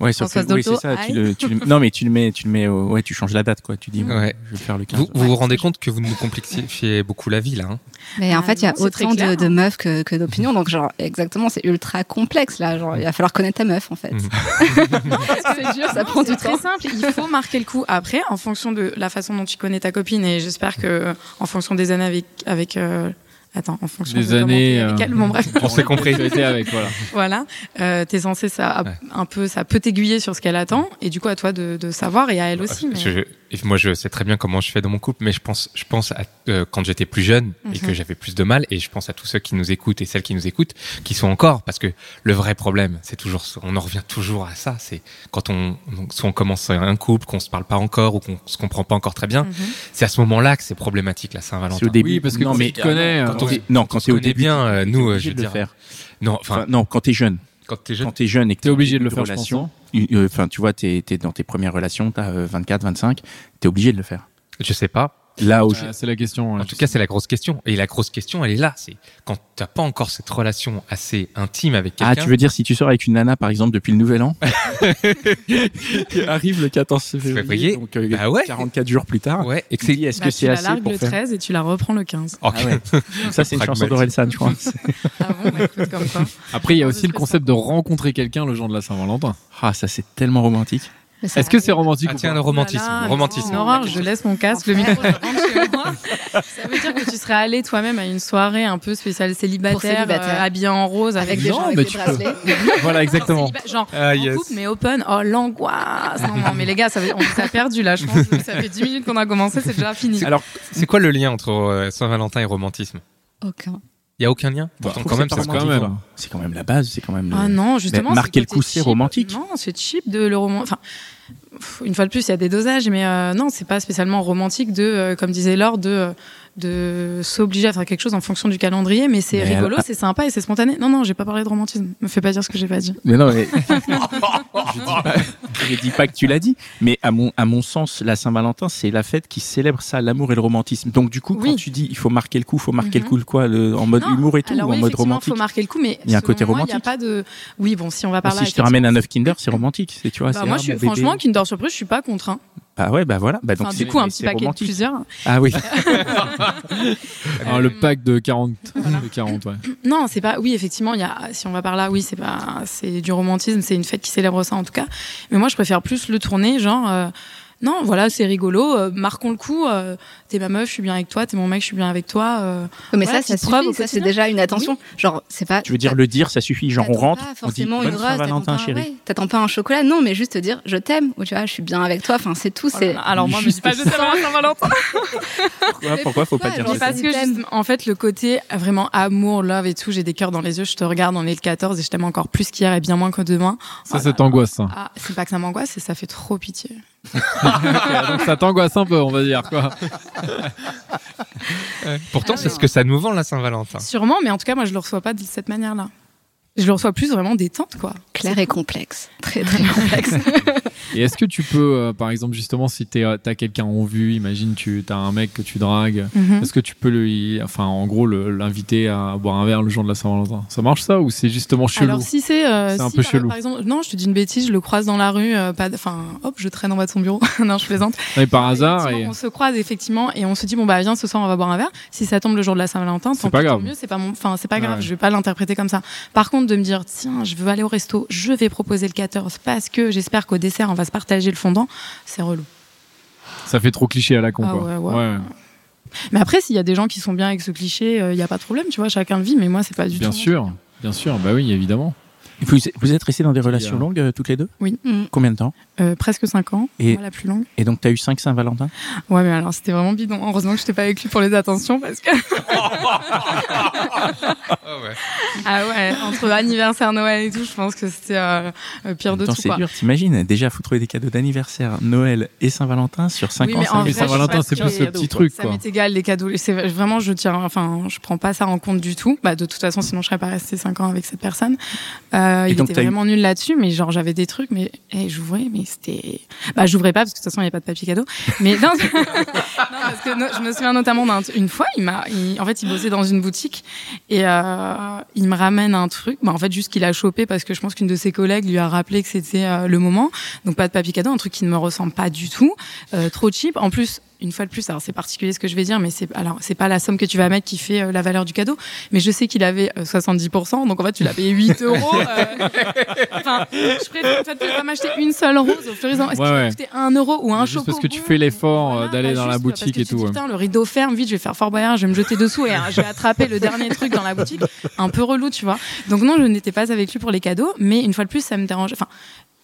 Speaker 1: Ouais, sauf
Speaker 5: Françoise
Speaker 1: que- oui, c'est
Speaker 5: Dolto,
Speaker 1: ça. Tu
Speaker 5: aïe.
Speaker 1: le, tu le- non, mais tu le mets, tu le mets. au- ouais, tu changes la date, quoi. Tu dis, bon,
Speaker 3: Ouais.
Speaker 1: je vais faire le 15.
Speaker 3: Vous vous, vous rendez compte que vous nous complexifiez beaucoup la vie là. hein
Speaker 4: Mais en
Speaker 5: Ah
Speaker 4: fait, il y a
Speaker 5: non, c'est très
Speaker 4: autant de,
Speaker 5: clair.
Speaker 4: de meufs que, que d'opinions. Donc, genre, exactement, c'est ultra complexe, là. Genre, il va falloir connaître ta meuf, en fait.
Speaker 3: Mhm.
Speaker 4: c'est dur, ça prend
Speaker 5: C'est
Speaker 4: du
Speaker 5: très
Speaker 4: temps.
Speaker 5: simple, il faut marquer le coup. Après, en fonction de la façon dont tu connais ta copine, et j'espère que en fonction des années avec, avec euh, attends, en fonction
Speaker 2: Des
Speaker 5: de comment
Speaker 2: années,
Speaker 5: t'es avec
Speaker 2: euh,
Speaker 5: elle, bon bref,
Speaker 3: On s'est compris.
Speaker 2: Tu as été avec, voilà.
Speaker 5: voilà, euh, t'es censé ça
Speaker 3: Ouais.
Speaker 5: un peu, ça peut t'aiguiller sur ce qu'elle attend, et du coup à toi de, de savoir et à elle aussi. mais- bah,
Speaker 3: Je- je- et moi, je sais très bien comment je fais dans mon couple, mais je pense, je pense à euh, quand j'étais plus jeune et
Speaker 5: Mhm.
Speaker 3: que j'avais plus de mal, et je pense à tous ceux qui nous écoutent et celles qui nous écoutent, qui sont encore, parce que le vrai problème, c'est toujours, ça, on en revient toujours à ça, c'est quand on, on- soit on commence un couple, qu'on se parle pas encore ou qu'on se comprend pas encore très bien,
Speaker 5: Mhm.
Speaker 3: c'est à ce moment-là que c'est problématique la
Speaker 1: C'est au
Speaker 3: Saint-Valentin.
Speaker 1: début.
Speaker 2: Oui, parce que
Speaker 1: non,
Speaker 2: quand
Speaker 1: mais
Speaker 2: tu te connais,
Speaker 1: quand
Speaker 2: ouais.
Speaker 1: t'es- non, quand c'est
Speaker 3: On
Speaker 1: au
Speaker 3: est
Speaker 1: début,
Speaker 3: bien, euh, nous, euh,
Speaker 1: obligé
Speaker 3: je veux
Speaker 1: de le
Speaker 3: dire,
Speaker 1: faire.
Speaker 3: non,
Speaker 1: Enfin,
Speaker 3: enfin,
Speaker 1: non, quand t'es jeune.
Speaker 3: quand t'es jeune,
Speaker 1: Quand t'es jeune et que
Speaker 2: T'es obligé de le
Speaker 1: une
Speaker 2: faire, je
Speaker 1: relation,
Speaker 3: hein.
Speaker 2: pense. hein.
Speaker 1: une- euh, Enfin, tu vois, t'es es dans tes premières relations, t'as euh, 24, 25, t'es obligé de le faire.
Speaker 3: je sais pas.
Speaker 1: Là
Speaker 3: Bah,
Speaker 1: où
Speaker 2: Ah, C'est la question. ouais.
Speaker 3: En tout cas, c'est la grosse question. Et la grosse question, elle est là. C'est quand t'as pas encore cette relation assez intime avec quelqu'un.
Speaker 1: Ah, tu veux dire si tu sors avec une nana, par exemple, depuis le nouvel an Qui arrive le 14 février,
Speaker 3: Février.
Speaker 1: donc euh,
Speaker 3: Bah ouais.
Speaker 1: 44 jours plus tard.
Speaker 3: Ouais, et que
Speaker 1: tu
Speaker 3: c'est.
Speaker 1: dis, est-ce
Speaker 5: Bah,
Speaker 1: que
Speaker 5: tu
Speaker 1: c'est
Speaker 5: la
Speaker 1: assez
Speaker 5: largues
Speaker 1: pour
Speaker 5: le
Speaker 1: faire
Speaker 5: 13 et tu la reprends le 15.
Speaker 3: Ok.
Speaker 1: Ah ouais. Ça, c'est une chanson d'Orelsan, je crois.
Speaker 5: Ah bon, bah, écoute, comme quoi.
Speaker 2: Après, il y a
Speaker 5: Je
Speaker 2: aussi le
Speaker 5: fais
Speaker 2: concept de rencontrer quelqu'un le jour de la Saint-Valentin.
Speaker 1: Ah, ça, c'est tellement romantique.
Speaker 4: Mais ça
Speaker 2: Est-ce que c'est romantique
Speaker 3: Ah
Speaker 2: ou
Speaker 3: tiens,
Speaker 2: pas
Speaker 3: le romantisme.
Speaker 5: Voilà,
Speaker 3: romantisme.
Speaker 5: C'est une horreur, je laisse mon casque, le micro, je rentre chez moi. Ça veut dire que tu serais allé toi-même à une soirée un peu spéciale célibataire,
Speaker 4: Pour célibataire.
Speaker 5: euh, habillée en rose, avec
Speaker 4: avec
Speaker 5: des
Speaker 4: des
Speaker 2: Non,
Speaker 5: gens
Speaker 4: gens
Speaker 2: mais
Speaker 4: avec des
Speaker 2: tu peux.
Speaker 4: bracelets.
Speaker 1: voilà, exactement.
Speaker 5: célibataires, genre
Speaker 3: Ah,
Speaker 5: en
Speaker 3: yes.
Speaker 5: couple mais open. Oh l'angoisse. Non, non, mais les gars, ça fait, on vous a perdu là, je pense. Ça fait 10 minutes qu'on a commencé, c'est déjà fini.
Speaker 1: Alors,
Speaker 3: C'est quoi le lien entre euh, Saint-Valentin et romantisme
Speaker 4: Aucun.
Speaker 3: Il y a aucun lien Pourtant, quand même, ça
Speaker 2: Bah, pas
Speaker 3: se
Speaker 2: romantique.
Speaker 3: comprend.
Speaker 2: même.
Speaker 1: voilà. C'est quand même la base, c'est quand même. le-
Speaker 5: Ah non, justement.
Speaker 1: Mais marquer
Speaker 5: c'est
Speaker 1: le coup,
Speaker 5: côté
Speaker 1: c'est
Speaker 5: cheap.
Speaker 1: romantique.
Speaker 5: Non, c'est cheap de le roman. Enfin, pff, une fois de plus, il y a des dosages, mais euh, non, c'est pas spécialement romantique de, euh, comme disait Laure, de euh, de s'obliger à faire quelque chose en fonction du calendrier, mais c'est
Speaker 1: Mais ah.
Speaker 5: rigolo,
Speaker 1: alors-
Speaker 5: c'est sympa et c'est spontané. Non, non, j'ai pas parlé de romantisme. Me fais pas dire ce que j'ai pas dit.
Speaker 1: Mais non, mais. je, dis pas, je dis pas que tu l'as dit, mais à mon, à mon sens, la Saint-Valentin, c'est la fête qui célèbre ça, l'amour et le romantisme. Donc, du coup,
Speaker 5: Oui.
Speaker 1: quand tu dis il faut marquer le coup, il faut marquer le
Speaker 5: Mhm.
Speaker 1: coup, le quoi le- En mode
Speaker 5: Non,
Speaker 1: humour et tout,
Speaker 5: Alors
Speaker 1: ou en
Speaker 5: oui,
Speaker 1: mode
Speaker 5: effectivement,
Speaker 1: romantique
Speaker 5: faut marquer le coup, mais
Speaker 1: Il y a un
Speaker 5: selon
Speaker 1: côté
Speaker 5: moi, Il y a
Speaker 1: romantique.
Speaker 5: pas de. Oui, bon, si on va
Speaker 1: Bah,
Speaker 5: par là.
Speaker 1: si je te ramène un
Speaker 5: effectivement.
Speaker 1: œuf Kinder, c'est romantique, c'est tu vois.
Speaker 5: Bah,
Speaker 1: c'est
Speaker 5: moi,
Speaker 1: ah,
Speaker 5: je suis,
Speaker 1: mon bébé.
Speaker 5: franchement, Kinder Surprise, je suis pas contre. hein.
Speaker 1: Bah ouais, bah voilà. Bah, donc
Speaker 5: Enfin,
Speaker 1: c'est-
Speaker 5: du coup, hein, un
Speaker 1: mais
Speaker 5: petit
Speaker 1: c'est
Speaker 5: paquet
Speaker 1: romantique.
Speaker 5: de plusieurs.
Speaker 1: Ah oui.
Speaker 2: Ah, le pack de 40. De 40 ouais.
Speaker 5: Non, c'est pas. Oui, effectivement, il y a. Si on va par là, oui, c'est pas. C'est du romantisme. C'est une fête qui célèbre ça en tout cas. Mais moi, je préfère plus le tourner, genre. euh, non, voilà, c'est rigolo. euh, marquons le coup. euh, t'es ma meuf, je suis bien avec toi. T'es mon mec, je suis bien avec toi. euh,
Speaker 4: Mais
Speaker 5: Voilà,
Speaker 4: ça, ça
Speaker 5: petite preuve au
Speaker 4: suffit. Ça, c'est
Speaker 5: quotidien.
Speaker 4: déjà une attention. Genre, c'est pas.
Speaker 1: Tu veux dire le dire, ça suffit. Genre on
Speaker 4: T'attends
Speaker 1: rentre,
Speaker 4: pas
Speaker 1: on dit
Speaker 4: forcément
Speaker 1: bonne
Speaker 4: une rose, t'attends
Speaker 1: Saint-Valentin,
Speaker 4: pas,
Speaker 1: chérie.
Speaker 4: ouais, t'attends pas un chocolat, non, mais juste te dire je t'aime ou tu vois, je suis bien avec toi. Enfin, c'est tout.
Speaker 5: oh là
Speaker 4: c'est
Speaker 5: là. alors moi, je me dis pas de Saint-Valentin.
Speaker 1: Pourquoi, pourquoi faut pas
Speaker 4: pourquoi,
Speaker 1: dire
Speaker 4: genre,
Speaker 1: ça
Speaker 5: Parce que juste, en fait, le côté euh, vraiment amour, love et tout, j'ai des cœurs dans les yeux. Je te regarde, on est le 14 et je t'aime encore plus qu'hier et bien moins que demain.
Speaker 2: Ça, c'est angoissant.
Speaker 5: Ah, c'est pas que ça m'angoisse, c'est ça fait trop pitié.
Speaker 2: Donc, ça t'angoisse un peu, on va dire. Quoi.
Speaker 3: Pourtant,
Speaker 5: Ah
Speaker 3: c'est
Speaker 5: oui.
Speaker 3: ce que ça nous vend, la
Speaker 2: Hein.
Speaker 3: Saint-Valentin.
Speaker 5: Sûrement, mais en tout cas, moi, je le reçois pas de cette manière-là. Je le reçois plus vraiment détente, quoi.
Speaker 4: clair et complexe, très très complexe.
Speaker 2: Et est-ce que tu peux, euh, par exemple, justement, si t'es, euh, t'as quelqu'un en vue, imagine tu t'as un mec que tu dragues,
Speaker 5: Mhm.
Speaker 2: est-ce que tu peux lui, enfin, en gros, le- l'inviter à boire un verre le jour de la Saint-Valentin Ça marche ça ou c'est justement chelou
Speaker 5: Alors si c'est euh,
Speaker 2: C'est un
Speaker 5: si,
Speaker 2: peu
Speaker 5: par,
Speaker 2: chelou.
Speaker 5: par exemple non je te dis une bêtise je le croise dans la rue euh, pas de- enfin hop je traîne en bas de son bureau non je plaisante
Speaker 2: Non, mais Par hasard
Speaker 5: Effectivement,
Speaker 2: et...
Speaker 5: on se croise effectivement et on se dit bon bah viens ce soir on va boire un verre si ça tombe le jour de la Saint-Valentin tant
Speaker 2: C'est pas
Speaker 5: pis, tant
Speaker 2: grave.
Speaker 5: mieux c'est pas mon enfin c'est pas grave
Speaker 2: Ouais.
Speaker 5: je vais pas l'interpréter comme ça par contre de me dire tiens je veux aller au resto je vais proposer le 14 parce que j'espère qu'au dessert on va se partager le fondant c'est relou
Speaker 2: ça fait trop cliché à la con.
Speaker 5: Ah
Speaker 2: quoi.
Speaker 5: ouais, ouais. mais après s'il y a des gens qui sont bien euh, avec ce cliché il y a pas de problème tu vois chacun le vit mais moi c'est pas du
Speaker 2: Bien
Speaker 5: tout mon
Speaker 2: sûr, bien sûr, bah oui, évidemment.
Speaker 1: Vous, vous êtes restés dans des relations
Speaker 2: Bien.
Speaker 1: longues euh, toutes les deux
Speaker 5: Oui,
Speaker 4: Mm.
Speaker 1: Combien de temps
Speaker 5: euh, presque 5 ans,
Speaker 1: Et-
Speaker 5: moi, la plus longue.
Speaker 1: Et donc, tu as eu 5 Saint-Valentin
Speaker 5: Ouais, mais alors c'était vraiment bidon. Heureusement que je n'étais pas avec lui pour les attentions parce que.
Speaker 3: Ah ouais.
Speaker 5: Ah ouais, entre anniversaire, Noël et tout, je pense que c'était euh, euh, pire
Speaker 1: En
Speaker 5: de
Speaker 1: même temps,
Speaker 5: tout.
Speaker 1: c'est
Speaker 5: Quoi.
Speaker 1: dur, t'imagines Déjà, faut trouver des cadeaux d'anniversaire, Noël et Saint-Valentin sur 5
Speaker 5: Oui,
Speaker 1: ans.
Speaker 5: mais
Speaker 1: ça
Speaker 5: en
Speaker 1: va.
Speaker 2: Mais
Speaker 5: vrai,
Speaker 2: Saint-Valentin, c'est
Speaker 5: je sais pas
Speaker 2: plus
Speaker 5: si
Speaker 2: ce
Speaker 5: les
Speaker 2: petit truc,
Speaker 5: Ça
Speaker 2: quoi.
Speaker 5: m'est égal les cadeaux. C'est vraiment, je tiens, enfin, je prends pas ça en compte du tout. Bah, de toute façon, sinon je serais pas restée 5 ans avec cette personne. Euh,
Speaker 1: Et
Speaker 5: il
Speaker 1: donc,
Speaker 5: était
Speaker 1: t'as eu-
Speaker 5: vraiment nul là-dessus, mais genre j'avais des trucs, mais eh, j'ouvrais, mais c'était, bah, j'ouvrais pas parce que de toute façon il y a pas de papier cadeau. Mais non, non, parce que no- je me souviens notamment d'un- une fois, il m'a, il- en fait, il bossait dans une boutique et euh, il me ramène un truc. Bah, en fait, juste qu'il a chopé parce que je pense qu'une de ses collègues lui a rappelé que c'était euh, le moment. Donc pas de papier cadeau, un truc qui ne me ressemble pas du tout. Euh, trop cheap. En plus, une fois de plus, alors c'est particulier ce que je vais dire, mais c'est alors c'est pas la somme que tu vas mettre qui fait euh, la valeur du cadeau, mais je sais qu'il avait euh, 70%, donc en fait tu l'as payé 8 euros. euh, Enfin, je préfère en fait, je vais pas m'acheter une seule rose au fleurissant. Est-ce
Speaker 2: Ouais,
Speaker 5: qu'il m'a
Speaker 2: ouais.
Speaker 5: coûté 1 euro ou un
Speaker 2: Juste
Speaker 5: chocobo
Speaker 2: parce que tu fais l'effort, euh, d'aller dans la
Speaker 5: juste,
Speaker 2: boutique
Speaker 5: parce que
Speaker 2: et
Speaker 5: tu te
Speaker 2: tout,
Speaker 5: dis,
Speaker 2: ouais.
Speaker 5: Putain, le rideau ferme, vite, je vais faire Fort Boyard, je vais me jeter dessous et hein, je vais attraper le dernier truc dans la boutique. Un peu relou, tu vois. Donc non, je n'étais pas avec lui pour les cadeaux, mais une fois de plus, ça me dérange. Enfin,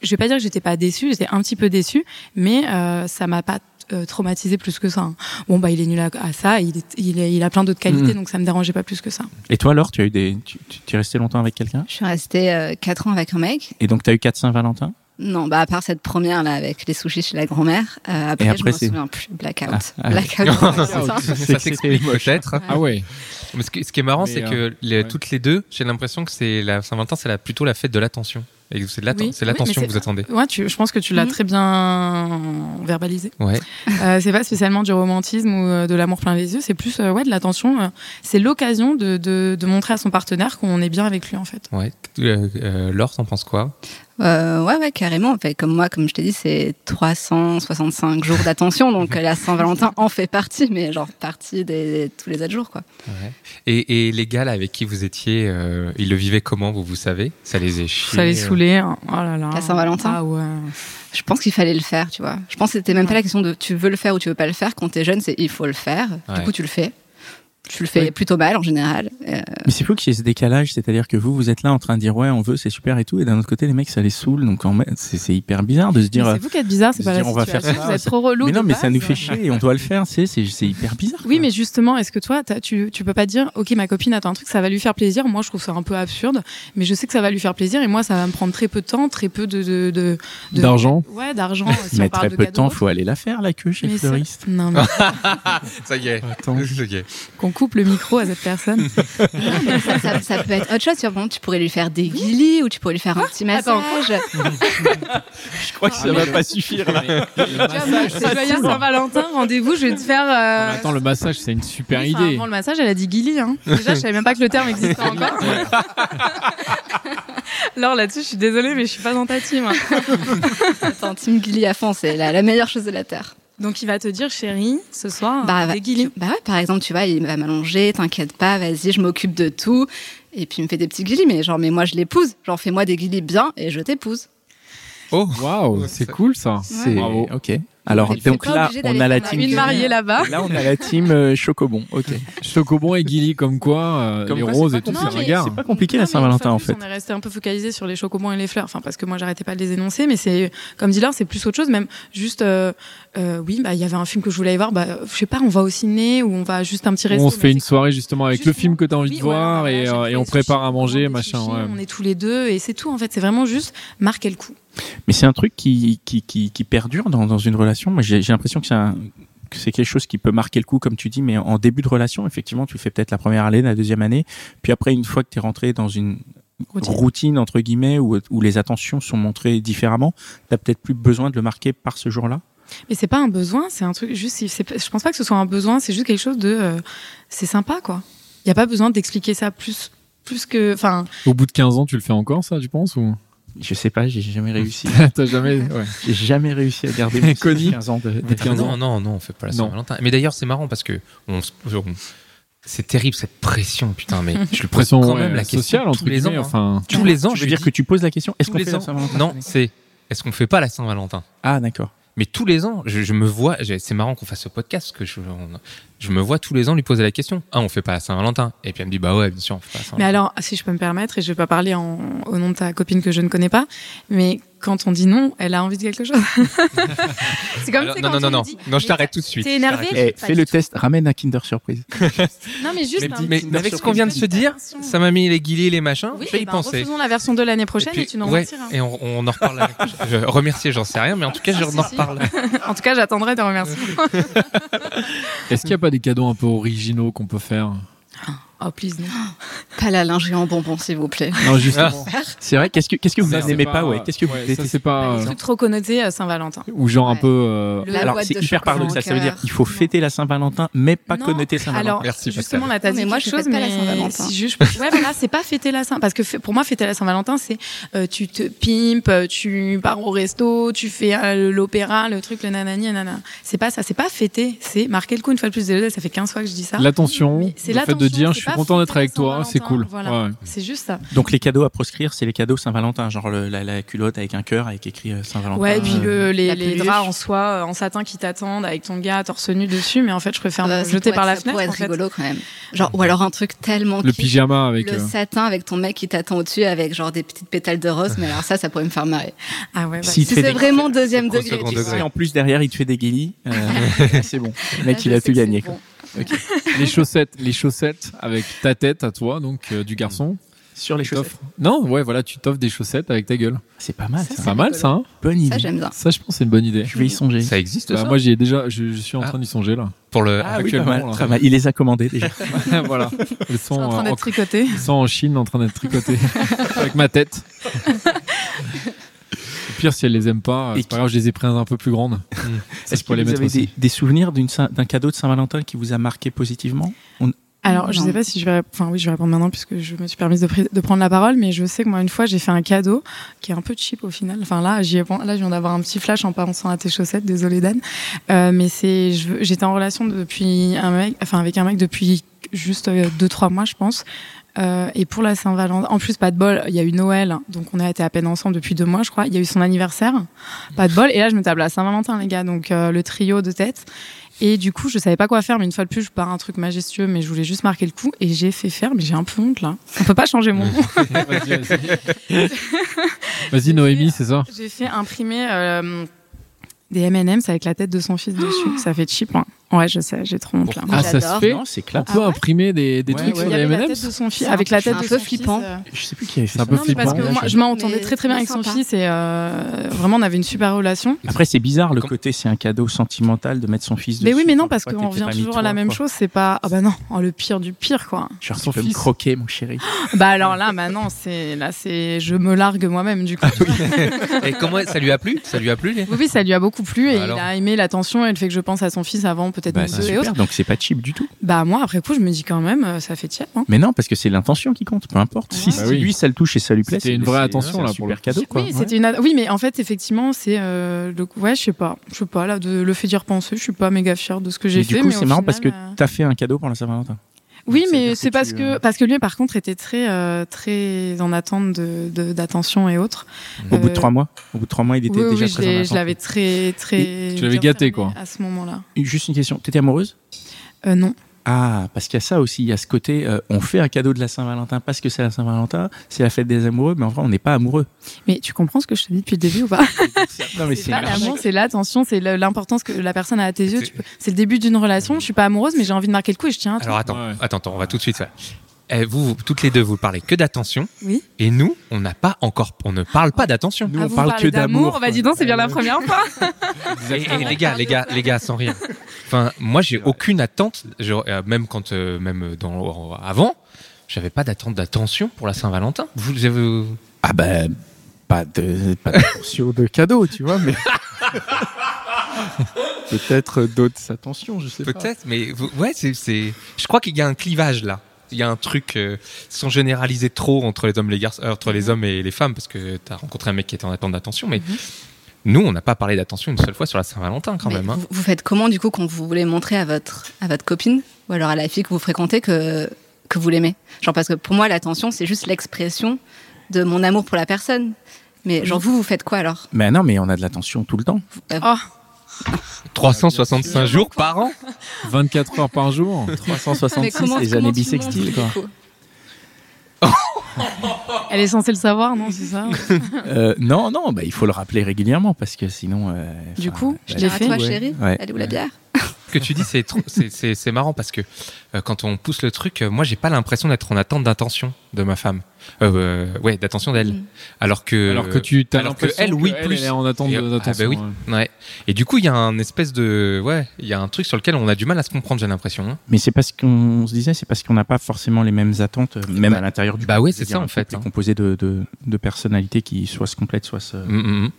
Speaker 5: je vais pas dire que j'étais pas déçue, j'étais un petit peu déçue, mais euh, ça m'a pas euh, traumatisé plus que ça. hein. Bon bah il est nul à, à ça, il, est- il, est- il a plein d'autres qualités,
Speaker 1: Mmh.
Speaker 5: donc ça me dérangeait pas plus que ça.
Speaker 1: Et toi, Laure, tu as eu des, tu, tu- tu es resté longtemps avec quelqu'un
Speaker 4: Je suis restée 4 ans avec un mec.
Speaker 1: Et donc, tu as eu 4 Saint-Valentin
Speaker 4: Non, bah à part cette première là avec les sushis chez la grand-mère. euh, après,
Speaker 1: après,
Speaker 4: je me
Speaker 1: c'est-
Speaker 4: souviens plus. Blackout.
Speaker 1: Ah, ah,
Speaker 4: Blackout. c'est ça.
Speaker 3: ça s'explique peut-être.
Speaker 2: Ah ouais.
Speaker 3: Mais ce, que- ce qui est marrant,
Speaker 2: Mais,
Speaker 3: c'est
Speaker 2: euh,
Speaker 3: que les-
Speaker 2: ouais.
Speaker 3: toutes les deux, j'ai l'impression que c'est la Saint-Valentin, c'est la- plutôt la fête de l'attention. Et c'est de l'atten-
Speaker 5: Oui,
Speaker 3: c'est
Speaker 5: oui,
Speaker 3: l'attention
Speaker 5: mais
Speaker 3: que
Speaker 5: c'est-
Speaker 3: vous attendez.
Speaker 5: Ouais, tu, je pense que tu l'as
Speaker 4: Mhm.
Speaker 5: très bien verbalisé.
Speaker 3: Ouais.
Speaker 5: Euh, c'est pas spécialement du romantisme ou euh, de l'amour plein les yeux, c'est plus euh, ouais de l'attention. euh, c'est l'occasion de, de, de montrer à son partenaire qu'on est bien avec lui en fait.
Speaker 3: Ouais. Euh, euh, Laure, t'en penses quoi
Speaker 4: Euh, ouais, ouais, carrément. Enfin, comme moi, comme je t'ai dit, c'est 365 jours d'attention. Donc euh, la Saint-Valentin en fait partie, mais genre partie des, tous les autres jours, quoi.
Speaker 3: et, et les gars là, avec qui vous étiez, euh, ils le vivaient comment Vous vous savez Ça les a chiés,
Speaker 5: Ça les
Speaker 3: euh,
Speaker 5: saoulait. hein. Oh là là.
Speaker 4: La Saint-Valentin
Speaker 5: Ah ouais.
Speaker 4: Je pense qu'il fallait le faire, tu vois. Je pense que c'était même pas la question de tu veux le faire ou tu veux pas le faire. Quand t'es jeune, c'est il faut le faire.
Speaker 3: Ouais.
Speaker 4: Du coup, tu le fais. Tu le fais
Speaker 1: Oui.
Speaker 4: plutôt mal en général. Euh,
Speaker 1: Mais c'est fou qu'il y ait ce décalage, c'est-à-dire que vous, vous êtes là en train de dire ouais, on veut, c'est super et tout, et d'un autre côté, les mecs, ça les saoule, donc en même- c'est c'est hyper bizarre de se
Speaker 5: Mais
Speaker 1: dire. euh,
Speaker 5: C'est vous qui êtes bizarre, c'est
Speaker 1: de
Speaker 5: pas
Speaker 1: se
Speaker 5: la
Speaker 1: dire, on va
Speaker 5: situation.
Speaker 1: faire ça,
Speaker 5: Vous êtes trop relou.
Speaker 1: mais non,
Speaker 5: de
Speaker 1: mais ça
Speaker 5: base.
Speaker 1: nous fait chier et on doit le faire, c'est c'est- c'est hyper bizarre.
Speaker 5: Oui,
Speaker 1: quoi.
Speaker 5: mais justement, est-ce que toi, t'as- tu, tu peux pas dire, ok, ma copine attend un truc, ça va lui faire plaisir. Moi, je trouve ça un peu absurde, mais je sais que ça va lui faire plaisir et moi, ça va me prendre très peu de temps, très peu de de- de- de-
Speaker 2: D'argent.
Speaker 5: Ouais, d'argent. Si
Speaker 1: mais
Speaker 5: on parle
Speaker 1: très
Speaker 5: de
Speaker 1: peu de
Speaker 5: cadeaux.
Speaker 1: temps, faut aller la faire, la queue chez
Speaker 5: Mais
Speaker 1: le
Speaker 5: ça-
Speaker 1: fleuriste.
Speaker 5: Non, mais
Speaker 3: euh, Ça y est.
Speaker 1: Attends.
Speaker 3: Ça y est.
Speaker 5: qu'on coupe le micro à cette personne.
Speaker 4: Non, mais ça, ça- ça peut être autre chose. Tu, vois, par exemple, tu pourrais lui faire des guilis ou tu pourrais lui faire un petit massage.
Speaker 5: Attends,
Speaker 1: Je crois
Speaker 2: Ah,
Speaker 1: que ça va pas suffire là.
Speaker 5: C'est joyeux Saint-Valentin, rendez-vous, je vais te faire.
Speaker 2: Mais
Speaker 5: euh,
Speaker 2: Attends, le massage, c'est une super
Speaker 5: oui, enfin,
Speaker 2: idée.
Speaker 5: Avant le massage, elle a dit guilly. Hein. Déjà, je savais même pas que le terme existait encore. Alors là-dessus, je suis désolée, mais je suis pas dans ta team.
Speaker 4: Attends, Team Guilly à fond, c'est la, la meilleure chose de la Terre.
Speaker 5: Donc il va te dire, chérie, ce soir,
Speaker 4: Bah, va-
Speaker 5: des guillis.
Speaker 4: tu- bah ouais, par exemple, tu vois, il va m'allonger, t'inquiète pas, vas-y, je m'occupe de tout. Et puis il me fait des petits guilis, mais genre, mais moi je l'épouse. Genre, fais-moi des guilis bien et je t'épouse.
Speaker 3: Oh.
Speaker 2: Waouh, c'est cool ça.
Speaker 1: C'est
Speaker 2: Bravo.
Speaker 1: ok. Alors
Speaker 4: Mais t'es
Speaker 1: donc
Speaker 4: pas
Speaker 1: là,
Speaker 4: obligé
Speaker 1: on
Speaker 4: d'aller
Speaker 1: a la
Speaker 4: faire
Speaker 1: team.
Speaker 4: la
Speaker 5: Une
Speaker 4: guilly.
Speaker 5: mariée là-bas.
Speaker 1: Là, on a la team euh, Chocobon. Ok.
Speaker 2: Chocobon et Guilly, comme quoi, euh,
Speaker 1: Comme
Speaker 2: les
Speaker 1: quoi, c'est
Speaker 2: roses
Speaker 1: pas
Speaker 2: et tout, c'est
Speaker 5: compliqué. Non, mais
Speaker 2: regard.
Speaker 1: C'est pas compliqué
Speaker 5: Non,
Speaker 1: la
Speaker 5: mais
Speaker 1: Saint-Valentin en
Speaker 5: fois de
Speaker 1: fait.
Speaker 5: plus, On est resté un peu focalisé sur les chocobons et les fleurs, enfin parce que moi j'arrêtais pas de les énoncer, mais c'est comme dit Laure, c'est plus autre chose, même juste euh, euh, oui, bah il y avait un film que je voulais aller voir, bah je sais pas, on va au ciné ou on va juste un petit resto.
Speaker 2: On se
Speaker 5: mais
Speaker 2: fait une
Speaker 5: c'est-
Speaker 2: soirée justement avec le
Speaker 5: Justement.
Speaker 2: film que t'as envie
Speaker 5: Oui,
Speaker 2: de
Speaker 5: voilà,
Speaker 2: voir
Speaker 5: voilà,
Speaker 2: et,
Speaker 5: à chaque
Speaker 2: euh,
Speaker 5: fois,
Speaker 2: et on
Speaker 5: les
Speaker 2: prépare
Speaker 5: sushis,
Speaker 2: à manger,
Speaker 5: des
Speaker 2: machin.
Speaker 5: sushis,
Speaker 2: ouais.
Speaker 5: On est tous les deux et c'est tout en fait, c'est vraiment juste marquer le coup.
Speaker 1: Mais c'est un truc qui, qui, qui, qui perdure dans, dans une relation. Moi, j'ai j'ai l'impression que c'est un- que c'est quelque chose qui peut marquer le coup, comme tu dis, mais en début de relation, effectivement, tu fais peut-être la première année, la deuxième année, puis après, une fois que tu es rentré dans une routine,
Speaker 5: Routine.
Speaker 1: entre guillemets, où, où les attentions sont montrées différemment, t'as peut-être plus besoin de le marquer par ce jour-là.
Speaker 5: Mais c'est pas un besoin, c'est un truc juste. c'est- c'est pas- Je pense pas que ce soit un besoin, c'est juste quelque chose de. euh, c'est sympa quoi. Il y a pas besoin d'expliquer ça plus plus que. Enfin,
Speaker 2: Au bout de 15 ans, tu le fais encore, ça, tu penses ou
Speaker 1: Je sais pas, j'ai jamais réussi.
Speaker 2: T'as jamais. ouais.
Speaker 1: j'ai jamais réussi à garder mon
Speaker 2: Connie.
Speaker 1: 15 ans de, de
Speaker 2: Des 15
Speaker 3: Ah non,
Speaker 2: ans.
Speaker 3: non, non, on fait pas la
Speaker 2: Non.
Speaker 3: Saint-Valentin. Mais d'ailleurs, c'est marrant parce que on, s- on- c'est terrible cette pression, putain. Mais je le pose
Speaker 2: Pression
Speaker 3: quand même
Speaker 2: ouais,
Speaker 3: la question
Speaker 2: sociale, entre
Speaker 3: tous les ans.
Speaker 2: guillemets.
Speaker 3: hein.
Speaker 2: Enfin,
Speaker 3: Tous les ans,
Speaker 1: Je
Speaker 3: je
Speaker 1: veux
Speaker 3: lui
Speaker 1: dire
Speaker 3: dis,
Speaker 1: que tu poses la question, est-ce
Speaker 3: tous
Speaker 1: qu'on
Speaker 3: les
Speaker 1: fait la
Speaker 3: ans.
Speaker 1: Saint-Valentin
Speaker 3: Non, c'est est-ce qu'on fait pas la Saint-Valentin
Speaker 1: Ah, d'accord.
Speaker 3: Mais tous les ans, je, je me vois, j'ai- c'est marrant qu'on fasse ce podcast, parce que je, on- je me vois tous les ans lui poser la question. Ah, on fait pas la Saint-Valentin. Et puis elle me dit, bah ouais, bien sûr, on fait pas la
Speaker 5: Mais
Speaker 3: Saint-Valentin.
Speaker 5: alors, si je peux me permettre, et je vais pas parler en, au nom de ta copine que je ne connais pas, mais quand on dit non, elle a envie de quelque chose. c'est comme
Speaker 3: Alors,
Speaker 5: c'est
Speaker 3: non,
Speaker 5: quand
Speaker 3: non, non,
Speaker 5: on
Speaker 3: non,
Speaker 5: lui dit,
Speaker 3: non, je
Speaker 5: mais
Speaker 3: t'arrête tout de suite.
Speaker 5: T'es énervé
Speaker 1: Eh, fais le test, ramène un Kinder Surprise.
Speaker 5: Non, mais juste. hein. un
Speaker 3: mais
Speaker 5: petit-
Speaker 3: mais avec ce qu'on vient de se dire, ça m'a mis les guillis, les machins,
Speaker 5: Oui,
Speaker 3: je vais
Speaker 5: eh
Speaker 3: y
Speaker 5: ben,
Speaker 3: penser.
Speaker 5: Refaisons la version de l'année prochaine et,
Speaker 3: puis,
Speaker 5: tu nous
Speaker 3: ouais,
Speaker 5: remercieras.
Speaker 3: et on, on en reparle. la- je remercier, j'en sais rien, mais en tout cas, je
Speaker 5: Ah, si,
Speaker 3: en
Speaker 5: si.
Speaker 3: reparle.
Speaker 5: En tout cas, j'attendrai tes remerciements.
Speaker 2: Est-ce qu'il n'y a pas des cadeaux un peu originaux qu'on peut faire
Speaker 5: Oh, please, non.
Speaker 4: Pas la lingerie en bonbon, s'il vous plaît.
Speaker 2: Non, justement.
Speaker 1: Ah. C'est vrai, qu'est-ce que, qu'est-ce que vous
Speaker 2: Ça, c'est
Speaker 1: n'aimez pas, ouais Qu'est-ce que vous
Speaker 2: ouais, ça,
Speaker 1: détestez
Speaker 2: c'est
Speaker 3: Ah,
Speaker 2: pas.
Speaker 5: Un truc trop connoté euh, Saint-Valentin.
Speaker 2: Ou genre un
Speaker 4: Ouais.
Speaker 2: peu. euh,
Speaker 4: La
Speaker 1: Alors,
Speaker 4: boîte
Speaker 1: c'est
Speaker 4: de
Speaker 1: hyper
Speaker 4: chocolat
Speaker 1: paradoxal.
Speaker 4: en
Speaker 1: Ça veut dire
Speaker 4: cœur.
Speaker 1: il faut fêter la Saint-Valentin, mais pas
Speaker 5: Non.
Speaker 1: connoter Saint-Valentin.
Speaker 5: Alors,
Speaker 3: Merci,
Speaker 5: justement,
Speaker 3: Pascal.
Speaker 5: là, t'as
Speaker 4: Non,
Speaker 5: dit
Speaker 4: mais moi,
Speaker 5: que
Speaker 4: je
Speaker 5: tu
Speaker 4: fête
Speaker 5: fêtes
Speaker 4: pas la Saint-Valentin.
Speaker 5: Si je... Ouais, voilà, c'est pas fêter la Saint. Parce que f- pour moi, fêter la Saint-Valentin, c'est euh, tu te pimpes, euh, tu pars au resto, tu fais euh, l'opéra, le truc, le nanani, nanana. C'est pas ça, c'est pas fêter, c'est marquer le coup une fois de plus. Désolé, ça fait 15 fois que je dis ça.
Speaker 2: L'attention,
Speaker 5: Mais c'est
Speaker 2: le fait de
Speaker 5: l'attention,
Speaker 2: dire
Speaker 5: c'est
Speaker 2: je suis
Speaker 5: pas
Speaker 2: content d'être
Speaker 5: fêter la
Speaker 2: avec toi, c'est cool.
Speaker 5: Saint-Valentin, voilà.
Speaker 2: Ouais.
Speaker 5: C'est juste ça.
Speaker 1: Donc les cadeaux à proscrire, c'est les cadeaux Saint-Valentin, genre le- la, la culotte avec un cœur avec écrit euh, Saint-Valentin.
Speaker 5: Ouais, et puis le- les,
Speaker 4: La
Speaker 5: les
Speaker 4: peluche.
Speaker 5: draps en soie, euh, en satin qui t'attendent avec ton gars torse nu dessus, mais en fait, je préfère
Speaker 4: Euh,
Speaker 5: me
Speaker 4: ça
Speaker 5: jeter
Speaker 4: pourrait
Speaker 5: par la
Speaker 4: être- ça
Speaker 5: fenêtre.
Speaker 4: pourrait
Speaker 5: en
Speaker 4: être
Speaker 5: fait.
Speaker 4: rigolo quand même. Genre, ou alors un truc tellement
Speaker 2: Le
Speaker 4: kitsch.
Speaker 2: pyjama avec.
Speaker 4: Le
Speaker 2: euh,
Speaker 4: satin avec ton mec qui t'attend au-dessus avec genre des petites pétales de rose, mais alors ça, ça pourrait me faire marrer.
Speaker 5: Ah ouais, ouais.
Speaker 1: Si- Il te
Speaker 4: Si
Speaker 1: fait
Speaker 4: c'est
Speaker 1: des-
Speaker 4: vraiment deuxième
Speaker 3: Au
Speaker 4: degré,
Speaker 3: second
Speaker 4: tu
Speaker 3: degré.
Speaker 4: vois.
Speaker 1: Et Euh, en plus derrière, il te fait des guillis. euh, c'est bon. Le mec,
Speaker 4: Là,
Speaker 1: il
Speaker 4: je
Speaker 1: a
Speaker 4: sais
Speaker 1: tout
Speaker 4: que c'est
Speaker 1: gagné. quoi.
Speaker 4: bon.
Speaker 2: les chaussettes, les chaussettes avec ta tête à toi, donc euh, du garçon.
Speaker 1: Sur les
Speaker 2: Tu
Speaker 1: chaussettes.
Speaker 2: t'offres- Non, ouais, voilà, tu t'offres des chaussettes avec ta gueule.
Speaker 1: C'est Ah, pas mal.
Speaker 4: Ça,
Speaker 1: Ça,
Speaker 2: C'est
Speaker 4: c'est
Speaker 2: pas mal
Speaker 4: rigolo.
Speaker 2: ça. hein
Speaker 1: bonne idée.
Speaker 4: Ça, j'aime bien.
Speaker 2: ça, je pense, que c'est une bonne idée.
Speaker 1: Je vais y songer.
Speaker 3: Ça existe
Speaker 2: Bah,
Speaker 3: ça
Speaker 2: moi, j'y ai déjà, je, je suis en
Speaker 3: Ah.
Speaker 2: train d'y songer là.
Speaker 3: pour
Speaker 1: Ah
Speaker 3: le
Speaker 1: oui, pas
Speaker 2: Actuellement,
Speaker 1: mal,
Speaker 2: là.
Speaker 1: très mal. Il les a commandés déjà.
Speaker 2: voilà, elles sont,
Speaker 5: C'est en train
Speaker 2: euh,
Speaker 5: d'être tricoté.
Speaker 2: Ils sont en Chine en train d'être tricotés avec ma tête. Au pire, si elle les aime pas,
Speaker 1: Et
Speaker 2: c'est pas grave, je les ai prises un peu plus grandes. Ça,
Speaker 1: Est-ce
Speaker 2: je pourrais
Speaker 1: que vous avez
Speaker 2: aussi.
Speaker 1: des, des souvenirs d'une Saint- d'un cadeau de Saint-Valentin qui vous a marqué positivement
Speaker 5: Alors, je
Speaker 4: Non.
Speaker 5: sais pas si je vais, enfin oui, je vais répondre maintenant puisque je me suis permise de, pri- de prendre la parole, mais je sais que moi une fois j'ai fait un cadeau qui est un peu cheap au final. Enfin là, j'y ai, pen- là je viens d'avoir un petit flash en pensant à tes chaussettes, désolé Dan, euh, mais c'est, je veux- j'étais en relation depuis un mec, enfin avec un mec depuis juste euh, deux trois mois je pense. Euh, et pour la Saint-Valentin, en plus pas de bol, il y a eu Noël, donc on a été à peine ensemble depuis deux mois je crois. Il y a eu son anniversaire, pas de bol. Et là je me table à Saint-Valentin les gars, donc euh, le trio de tête. Et du coup, je savais pas quoi faire, mais une fois de plus, je pars un truc majestueux, mais je voulais juste marquer le coup et j'ai fait faire, mais j'ai un peu honte là. On peut pas changer mon nom.
Speaker 2: Vas-y, vas-y. Vas-y, Noémie, c'est ça
Speaker 5: J'ai fait imprimer euh, des M&M's avec la tête de son fils
Speaker 4: Ah.
Speaker 5: dessus. Ça fait cheap. hein. Ouais, je sais, j'ai trop honte là.
Speaker 2: Ah, ça se
Speaker 4: J'adore.
Speaker 2: fait
Speaker 1: Non, c'est
Speaker 2: On
Speaker 1: clap.
Speaker 2: peut imprimer des, des
Speaker 1: Ouais,
Speaker 2: trucs
Speaker 1: ouais.
Speaker 2: sur
Speaker 5: Il y
Speaker 2: les
Speaker 5: avait la tête
Speaker 2: M&M's
Speaker 5: de son fils
Speaker 4: hein. C'est
Speaker 5: avec la tête
Speaker 4: un
Speaker 5: de
Speaker 4: peu
Speaker 5: son
Speaker 4: flippant.
Speaker 5: fils, euh.
Speaker 1: Je sais plus qui avait fait
Speaker 2: C'est un
Speaker 1: ça.
Speaker 2: peu
Speaker 5: Non, mais parce que
Speaker 2: flippant.
Speaker 5: moi, je m'entendais
Speaker 4: Mais
Speaker 5: très très bien
Speaker 4: mais
Speaker 5: avec son
Speaker 4: sympa.
Speaker 5: fils et euh, vraiment on avait une super relation.
Speaker 1: Après, c'est bizarre le
Speaker 3: Comme-
Speaker 1: côté, c'est un cadeau sentimental de mettre son fils dessus.
Speaker 5: Mais oui, mais non, parce
Speaker 1: Pourquoi
Speaker 5: qu'on
Speaker 1: t'étais
Speaker 5: revient
Speaker 1: pas mis
Speaker 5: toujours
Speaker 1: toi,
Speaker 5: à la même
Speaker 1: quoi
Speaker 5: chose. C'est pas, ah bah non, oh, le pire du pire quoi.
Speaker 1: Genre,
Speaker 2: Son
Speaker 1: tu peux me
Speaker 2: fils.
Speaker 1: croquer, mon chéri.
Speaker 5: Bah alors là, maintenant, c'est là, c'est, je me largue moi-même du coup.
Speaker 3: Et comment ça lui a plu Ça lui a plu les-
Speaker 5: Oui, oui, ça lui a beaucoup plu et
Speaker 3: Bah alors
Speaker 5: il a aimé l'attention et le fait que je pense à son fils avant, peut-être
Speaker 1: Bah,
Speaker 5: nous
Speaker 1: c'est
Speaker 5: deux et autres.
Speaker 1: super, donc c'est pas cheap du tout.
Speaker 5: Bah, moi, après coup, je me dis quand même, euh, ça fait tiep. Hein.
Speaker 1: Mais non, parce que c'est l'intention qui compte, peu importe. Si
Speaker 5: Ouais.
Speaker 1: si
Speaker 2: Bah oui.
Speaker 1: lui, ça le touche et ça lui plaît,
Speaker 2: C'était une
Speaker 1: c'est-
Speaker 2: vraie
Speaker 1: c'est-
Speaker 2: attention,
Speaker 1: c'est un
Speaker 2: là, pour
Speaker 1: super
Speaker 2: le coup.
Speaker 1: cadeau, quoi.
Speaker 5: oui,
Speaker 1: Ouais.
Speaker 5: c'était une ad- oui, mais en fait, effectivement, c'est euh, le ouais, je sais pas, je sais pas là, de le fait d'y repenser, je suis pas méga fière de ce que j'ai
Speaker 1: Mais
Speaker 5: fait.
Speaker 1: du coup,
Speaker 5: mais
Speaker 1: c'est
Speaker 5: au
Speaker 1: marrant
Speaker 5: final,
Speaker 1: parce que
Speaker 5: euh,
Speaker 1: t'as fait un cadeau pour la Saint-Valentin.
Speaker 5: Oui,
Speaker 1: Donc, ça veut dire
Speaker 5: mais
Speaker 1: que
Speaker 5: c'est parce
Speaker 1: tu,
Speaker 5: que
Speaker 1: euh,
Speaker 5: parce que lui, par contre, était très euh, très en attente de de- d'attention et autres.
Speaker 1: Au bout de
Speaker 5: Euh,
Speaker 1: trois mois, au bout de trois mois, il était
Speaker 5: Oui, oui,
Speaker 1: déjà
Speaker 5: je
Speaker 1: très en
Speaker 5: l'ai- je
Speaker 1: attente.
Speaker 5: l'avais très très.
Speaker 2: tu l'avais
Speaker 5: bien
Speaker 2: gâté, quoi.
Speaker 5: fermé À ce moment-là.
Speaker 1: Juste une question. T'étais amoureuse
Speaker 5: Euh, non.
Speaker 1: Ah, parce qu'il y a ça aussi. Il y a ce côté, euh, on fait un cadeau de la Saint-Valentin parce que c'est la Saint-Valentin, c'est la fête des amoureux, mais en vrai, on n'est pas amoureux.
Speaker 5: Mais tu comprends ce que je te dis depuis le début ou pas
Speaker 1: non, mais
Speaker 5: C'est pas l'amour, c'est l'attention, c'est le- l'importance que la personne a à tes yeux.
Speaker 3: C'est-
Speaker 5: Tu peux- C'est le début d'une relation. Je suis pas amoureuse, mais j'ai envie de marquer le coup et je tiens. à toi.
Speaker 3: Alors attends,
Speaker 2: Ouais.
Speaker 3: attends, attends, on va tout de suite faire. Eh, vous, vous- toutes les deux, vous parlez que d'attention.
Speaker 5: Oui.
Speaker 3: Et nous, on n'a pas encore, on ne parle pas d'attention.
Speaker 1: Nous,
Speaker 5: Ah,
Speaker 1: on
Speaker 5: vous
Speaker 1: parle
Speaker 5: parlez
Speaker 1: que d'amour.
Speaker 5: On va dis donc, c'est bien la première fois.
Speaker 3: Et, et les gars, les gars, les gars, sans rien. Enfin, moi, j'ai aucune attente. Je- euh, même quand, euh, même dans avant, j'avais pas d'attente d'attention pour la Saint-Valentin. Vous, avez...
Speaker 1: Ah ben, pas de pas d'attention de cadeau, tu vois, mais peut-être d'autres attentions, je sais
Speaker 3: Peut-être, mais vous- ouais, c'est, c'est. Je crois qu'il y a un clivage là. Il y a un truc euh, sans généraliser trop entre les hommes, et les garçons, euh, entre les hommes et les femmes, parce que t'as rencontré un mec qui était en attente d'attention, mais nous, on n'a pas parlé d'attention une seule fois sur la Saint-Valentin quand
Speaker 4: Mais
Speaker 3: même. hein.
Speaker 4: Vous, vous faites comment du coup quand vous voulez montrer à votre à votre copine ou alors à la fille que vous fréquentez que que vous l'aimez Genre parce que pour moi l'attention c'est juste l'expression de mon
Speaker 1: Mm.
Speaker 4: amour pour la personne. Mais genre vous vous faites quoi alors
Speaker 1: Mais non, mais on a de l'attention tout le temps.
Speaker 5: Oh,
Speaker 3: 365 jours par an
Speaker 2: 24 heures par jour.
Speaker 5: Ah,
Speaker 4: Ah,
Speaker 1: 366 les années bissextiles, quoi.
Speaker 5: Elle est censée le savoir, non C'est ça
Speaker 1: Euh, non, non, bah, il faut le rappeler régulièrement parce que sinon. euh,
Speaker 5: Du
Speaker 1: enfin,
Speaker 5: coup,
Speaker 1: bah,
Speaker 5: je l'ai
Speaker 4: à
Speaker 5: fait.
Speaker 4: ah, toi,
Speaker 1: ouais.
Speaker 4: chérie.
Speaker 1: Ouais.
Speaker 4: Elle est où la bière
Speaker 3: Ce que tu dis, c'est trop- c'est- c'est c'est marrant parce que euh, quand on pousse le truc, euh, moi, j'ai pas l'impression d'être en attente d'attention de ma femme. Euh, euh, ouais, d'attention d'elle.
Speaker 4: Mm.
Speaker 3: Alors que.
Speaker 2: alors que tu t'as
Speaker 3: alors que
Speaker 2: l'impression
Speaker 3: elle, oui,
Speaker 2: que
Speaker 3: plus.
Speaker 2: Elle est en attente
Speaker 3: Et,
Speaker 2: de-
Speaker 3: euh,
Speaker 2: d'attention.
Speaker 3: ah bah oui.
Speaker 2: ouais.
Speaker 3: Ouais. Et du coup, il y a un espèce de. Ouais, il y a un truc sur lequel on a du mal à se comprendre, j'ai l'impression. hein.
Speaker 1: Mais c'est parce qu'on se disait, c'est parce qu'on n'a pas forcément les mêmes attentes, euh, même
Speaker 3: Bah-
Speaker 1: à l'intérieur du.
Speaker 3: bah
Speaker 1: couple.
Speaker 3: ouais, c'est
Speaker 1: C'est-à-dire
Speaker 3: ça,
Speaker 1: un
Speaker 3: en fait,
Speaker 1: couple est
Speaker 3: hein.
Speaker 1: composé de, de, de personnalités qui soit se complètent, soit se.
Speaker 3: Mm, mm, mm.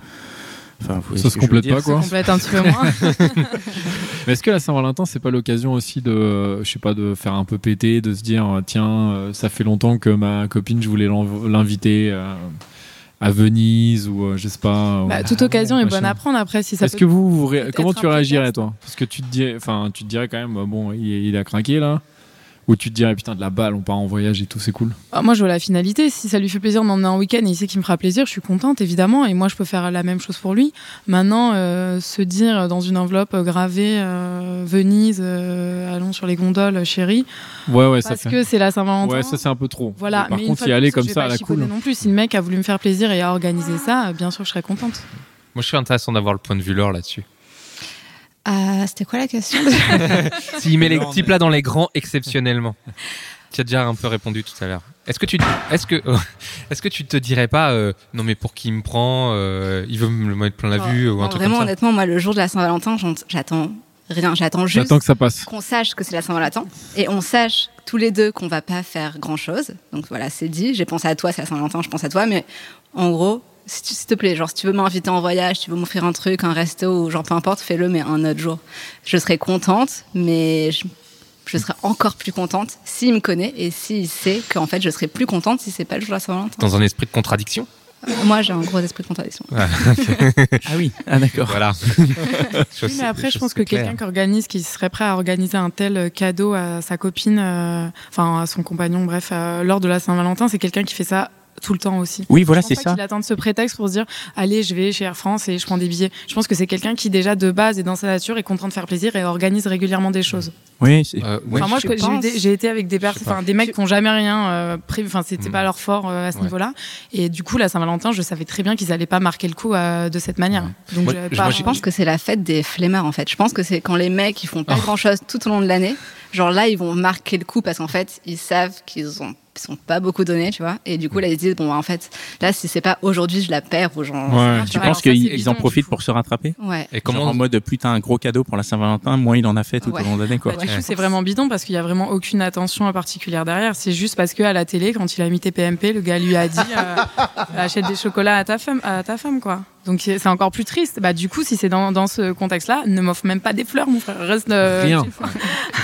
Speaker 1: Enfin, vous voyez ce
Speaker 2: Ça se
Speaker 1: que je veux
Speaker 2: complète pas,
Speaker 1: dire.
Speaker 2: quoi.
Speaker 5: Complète un petit peu moins.
Speaker 2: Mais est-ce que la Saint-Valentin, c'est pas l'occasion aussi de, euh, je sais pas, de faire un peu péter, de se dire, tiens, euh, ça fait longtemps que ma copine, je voulais l'en- l'inviter euh, à Venise ou euh, je sais pas. ou-
Speaker 5: Bah, toute occasion est bonne
Speaker 2: machin.
Speaker 5: à prendre. Après, si ça
Speaker 2: Est-ce que
Speaker 5: peut...
Speaker 2: vous, vous ré-
Speaker 5: peut-être
Speaker 2: comment tu
Speaker 5: un
Speaker 2: réagirais
Speaker 5: prétexte.
Speaker 2: toi Parce que tu te dirais, enfin, tu te dirais quand même, euh, bon, il, il a craqué là, ou tu te dirais putain de la balle, on part en voyage et tout, c'est cool.
Speaker 5: Ah, Moi, je vois la finalité. Si ça lui fait plaisir de m'emmener en week-end et il sait qu'il me fera plaisir, je suis contente, évidemment. Et moi, je peux faire la même chose pour lui. Maintenant, euh, se dire euh, dans une enveloppe euh, gravée euh, Venise, euh, allons sur les gondoles, euh, chérie,
Speaker 2: Ouais, ouais, ça
Speaker 5: parce
Speaker 2: fait.
Speaker 5: que c'est la Saint-Valentin.
Speaker 2: Ouais, ça c'est un peu trop.
Speaker 5: Voilà,
Speaker 2: Et Par
Speaker 5: mais une
Speaker 2: contre,
Speaker 5: fois
Speaker 2: y
Speaker 5: de
Speaker 2: aller
Speaker 5: plus,
Speaker 2: comme
Speaker 5: je vais
Speaker 2: ça à
Speaker 5: pas
Speaker 2: la
Speaker 5: chipoter
Speaker 2: cool.
Speaker 5: Non plus, si le mec a voulu me faire plaisir et a organisé ça, euh, bien sûr, je serais contente.
Speaker 2: Ah bah,
Speaker 3: Moi, je suis intéressant d'avoir le point de vue leur là-dessus.
Speaker 4: Ah, C'était quoi la question
Speaker 3: S'il met les
Speaker 2: Non,
Speaker 3: petits
Speaker 2: mais-
Speaker 3: plats dans les grands exceptionnellement. Tu as déjà un peu répondu tout à l'heure. Est-ce que tu est-ce que oh, est-ce que tu te dirais pas euh, non mais pour qui il me prend euh, il veut me le mettre plein la
Speaker 4: Non,
Speaker 3: vue euh, ou un
Speaker 4: non,
Speaker 3: truc
Speaker 4: Vraiment,
Speaker 3: comme ça.
Speaker 4: honnêtement, moi, le jour de la Saint-Valentin, j'en- j'attends rien. J'attends juste
Speaker 2: J'attends que ça passe.
Speaker 4: qu'on sache que c'est la Saint-Valentin et on sache tous les deux qu'on va pas faire grand-chose. Donc voilà, c'est dit. J'ai pensé à toi, c'est la Saint-Valentin, je pense à toi. Mais en gros, si tu- s'il te plaît, genre, si tu veux m'inviter en voyage, si tu veux m'offrir un truc, un resto ou genre peu importe, fais-le, mais un autre jour. Je serai contente, mais je, je serai encore plus contente s'il me connaît et s'il sait qu'en fait, je serai plus contente si c'est pas le jour de la Saint-Valentin.
Speaker 3: Dans un esprit de contradiction.
Speaker 4: Moi, j'ai un gros esprit de contradiction.
Speaker 1: Ah oui, ah d'accord.
Speaker 3: Voilà.
Speaker 5: Oui, mais après, je pense que quelqu'un qui organise, qui serait prêt à organiser un tel euh, cadeau à sa copine, euh, enfin à son compagnon, bref, euh, lors de la Saint-Valentin, c'est quelqu'un qui fait ça tout le temps aussi.
Speaker 1: Oui, voilà,
Speaker 5: Je pense
Speaker 1: c'est
Speaker 5: pas
Speaker 1: ça.
Speaker 5: Qu'il attend de ce prétexte pour se dire, allez, je vais chez Air France et je prends des billets. Je pense que c'est quelqu'un qui déjà de base est dans sa nature, est content de faire plaisir et organise régulièrement des choses.
Speaker 1: Oui, c'est-
Speaker 3: Euh,
Speaker 5: enfin, moi,
Speaker 4: je
Speaker 5: je- j'ai eu
Speaker 4: pense.
Speaker 5: des- j'ai été avec des personnes,
Speaker 3: sais pas.
Speaker 5: enfin des mecs qui ont jamais rien euh, prévu. Enfin, c'était
Speaker 3: Mm.
Speaker 5: pas leur fort euh, à ce
Speaker 3: Ouais.
Speaker 5: niveau-là. Et du coup, la Saint-Valentin, je savais très bien qu'ils allaient pas marquer le coup euh, de cette manière. Donc,
Speaker 3: Moi,
Speaker 5: j'avais
Speaker 3: je-
Speaker 5: pas- Bah,
Speaker 3: moi,
Speaker 4: Bah, Je pense que c'est la fête des flemmards en fait. Je pense que c'est quand les mecs ils font pas
Speaker 3: Oh.
Speaker 4: grand chose tout au long de l'année. Genre là ils vont marquer le coup parce qu'en fait ils savent qu'ils ont ils sont pas beaucoup donnés tu vois. Et du coup là ils disent bon bah, en fait là si c'est pas aujourd'hui je la perds ou
Speaker 2: Ouais.
Speaker 4: genre.
Speaker 1: tu
Speaker 5: Ouais, Ah, bah alors
Speaker 1: penses
Speaker 5: ça, c'est
Speaker 1: qu'ils
Speaker 5: bidon,
Speaker 1: en
Speaker 5: du
Speaker 1: profitent
Speaker 5: coup.
Speaker 1: pour se rattraper
Speaker 4: Ouais.
Speaker 3: Et
Speaker 1: Comment
Speaker 3: comment
Speaker 1: en mode putain un gros cadeau pour la Saint-Valentin, moins il en a fait tout
Speaker 4: Ouais.
Speaker 1: au long de l'année quoi.
Speaker 5: Bah, du
Speaker 3: Ouais.
Speaker 5: coup, c'est vraiment bidon parce qu'il n'y a vraiment aucune attention particulière derrière. C'est juste parce que à la télé, quand il a mis TPMP, le gars lui a dit euh, achète des chocolats à ta femme, à ta femme quoi. Donc c'est c'est encore plus triste. Bah du coup, si c'est dans, dans ce contexte-là, ne m'offre même pas des fleurs, mon frère. Reste euh,
Speaker 2: Rien.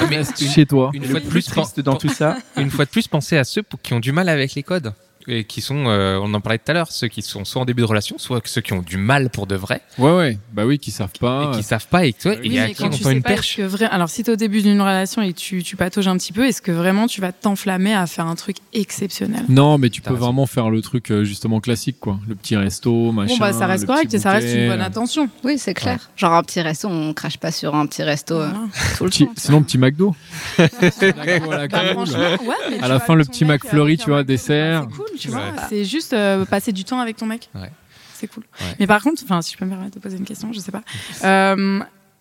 Speaker 3: Mais
Speaker 2: Reste chez toi.
Speaker 3: une
Speaker 1: Et
Speaker 3: fois
Speaker 1: le
Speaker 3: de
Speaker 1: plus
Speaker 3: plus
Speaker 1: triste dans tout ça,
Speaker 3: une fois de plus, pensez à ceux pour- qui ont du mal avec les codes et qui sont, euh, on en parlait tout à l'heure, ceux qui sont soit en début de relation, soit ceux qui ont du mal pour de vrai
Speaker 2: Ouais, ouais. Bah oui, qui savent pas.
Speaker 3: et qui savent pas et, toi,
Speaker 2: Oui,
Speaker 3: et
Speaker 5: Oui,
Speaker 3: à
Speaker 5: mais
Speaker 3: qui
Speaker 5: quand
Speaker 3: on
Speaker 5: tu
Speaker 3: tend
Speaker 5: sais
Speaker 3: une
Speaker 5: pas, est-ce
Speaker 3: perche.
Speaker 5: que vrai- Alors, si t'es au début d'une relation et que tu, tu patauges un petit peu, est-ce que vraiment tu vas t'enflammer à faire un truc exceptionnel
Speaker 2: Non, mais tu
Speaker 3: T'as
Speaker 2: peux
Speaker 3: raison.
Speaker 2: vraiment faire le truc euh, justement classique, quoi. Le petit resto, machin.
Speaker 5: Bon, bah ça reste
Speaker 2: le
Speaker 5: correct
Speaker 2: petit
Speaker 5: et ça reste
Speaker 2: bouquet,
Speaker 5: une
Speaker 3: hein.
Speaker 5: bonne
Speaker 2: euh,
Speaker 5: attention.
Speaker 4: Oui c'est clair. Genre un petit resto on crache pas sur un petit resto euh,
Speaker 5: Voilà.
Speaker 4: tout le
Speaker 2: petit-
Speaker 4: temps.
Speaker 2: sinon, petit McDo. McDo à la
Speaker 5: Bah,
Speaker 2: cool.
Speaker 5: franchement, ouais, mais tu
Speaker 2: la
Speaker 5: vas
Speaker 2: fin,
Speaker 5: avec
Speaker 2: le
Speaker 5: ton
Speaker 2: petit
Speaker 5: mec, euh,
Speaker 2: Mac Flurry,
Speaker 5: avec
Speaker 2: tu
Speaker 5: un
Speaker 2: vois,
Speaker 5: McDo,
Speaker 2: dessert.
Speaker 5: C'est cool, tu
Speaker 3: Ouais.
Speaker 5: vois. C'est juste euh, passer du temps avec ton mec.
Speaker 3: Ouais.
Speaker 5: C'est cool.
Speaker 3: Ouais.
Speaker 5: Mais par contre, enfin, si je peux me permettre de poser une question, je sais pas. Euh,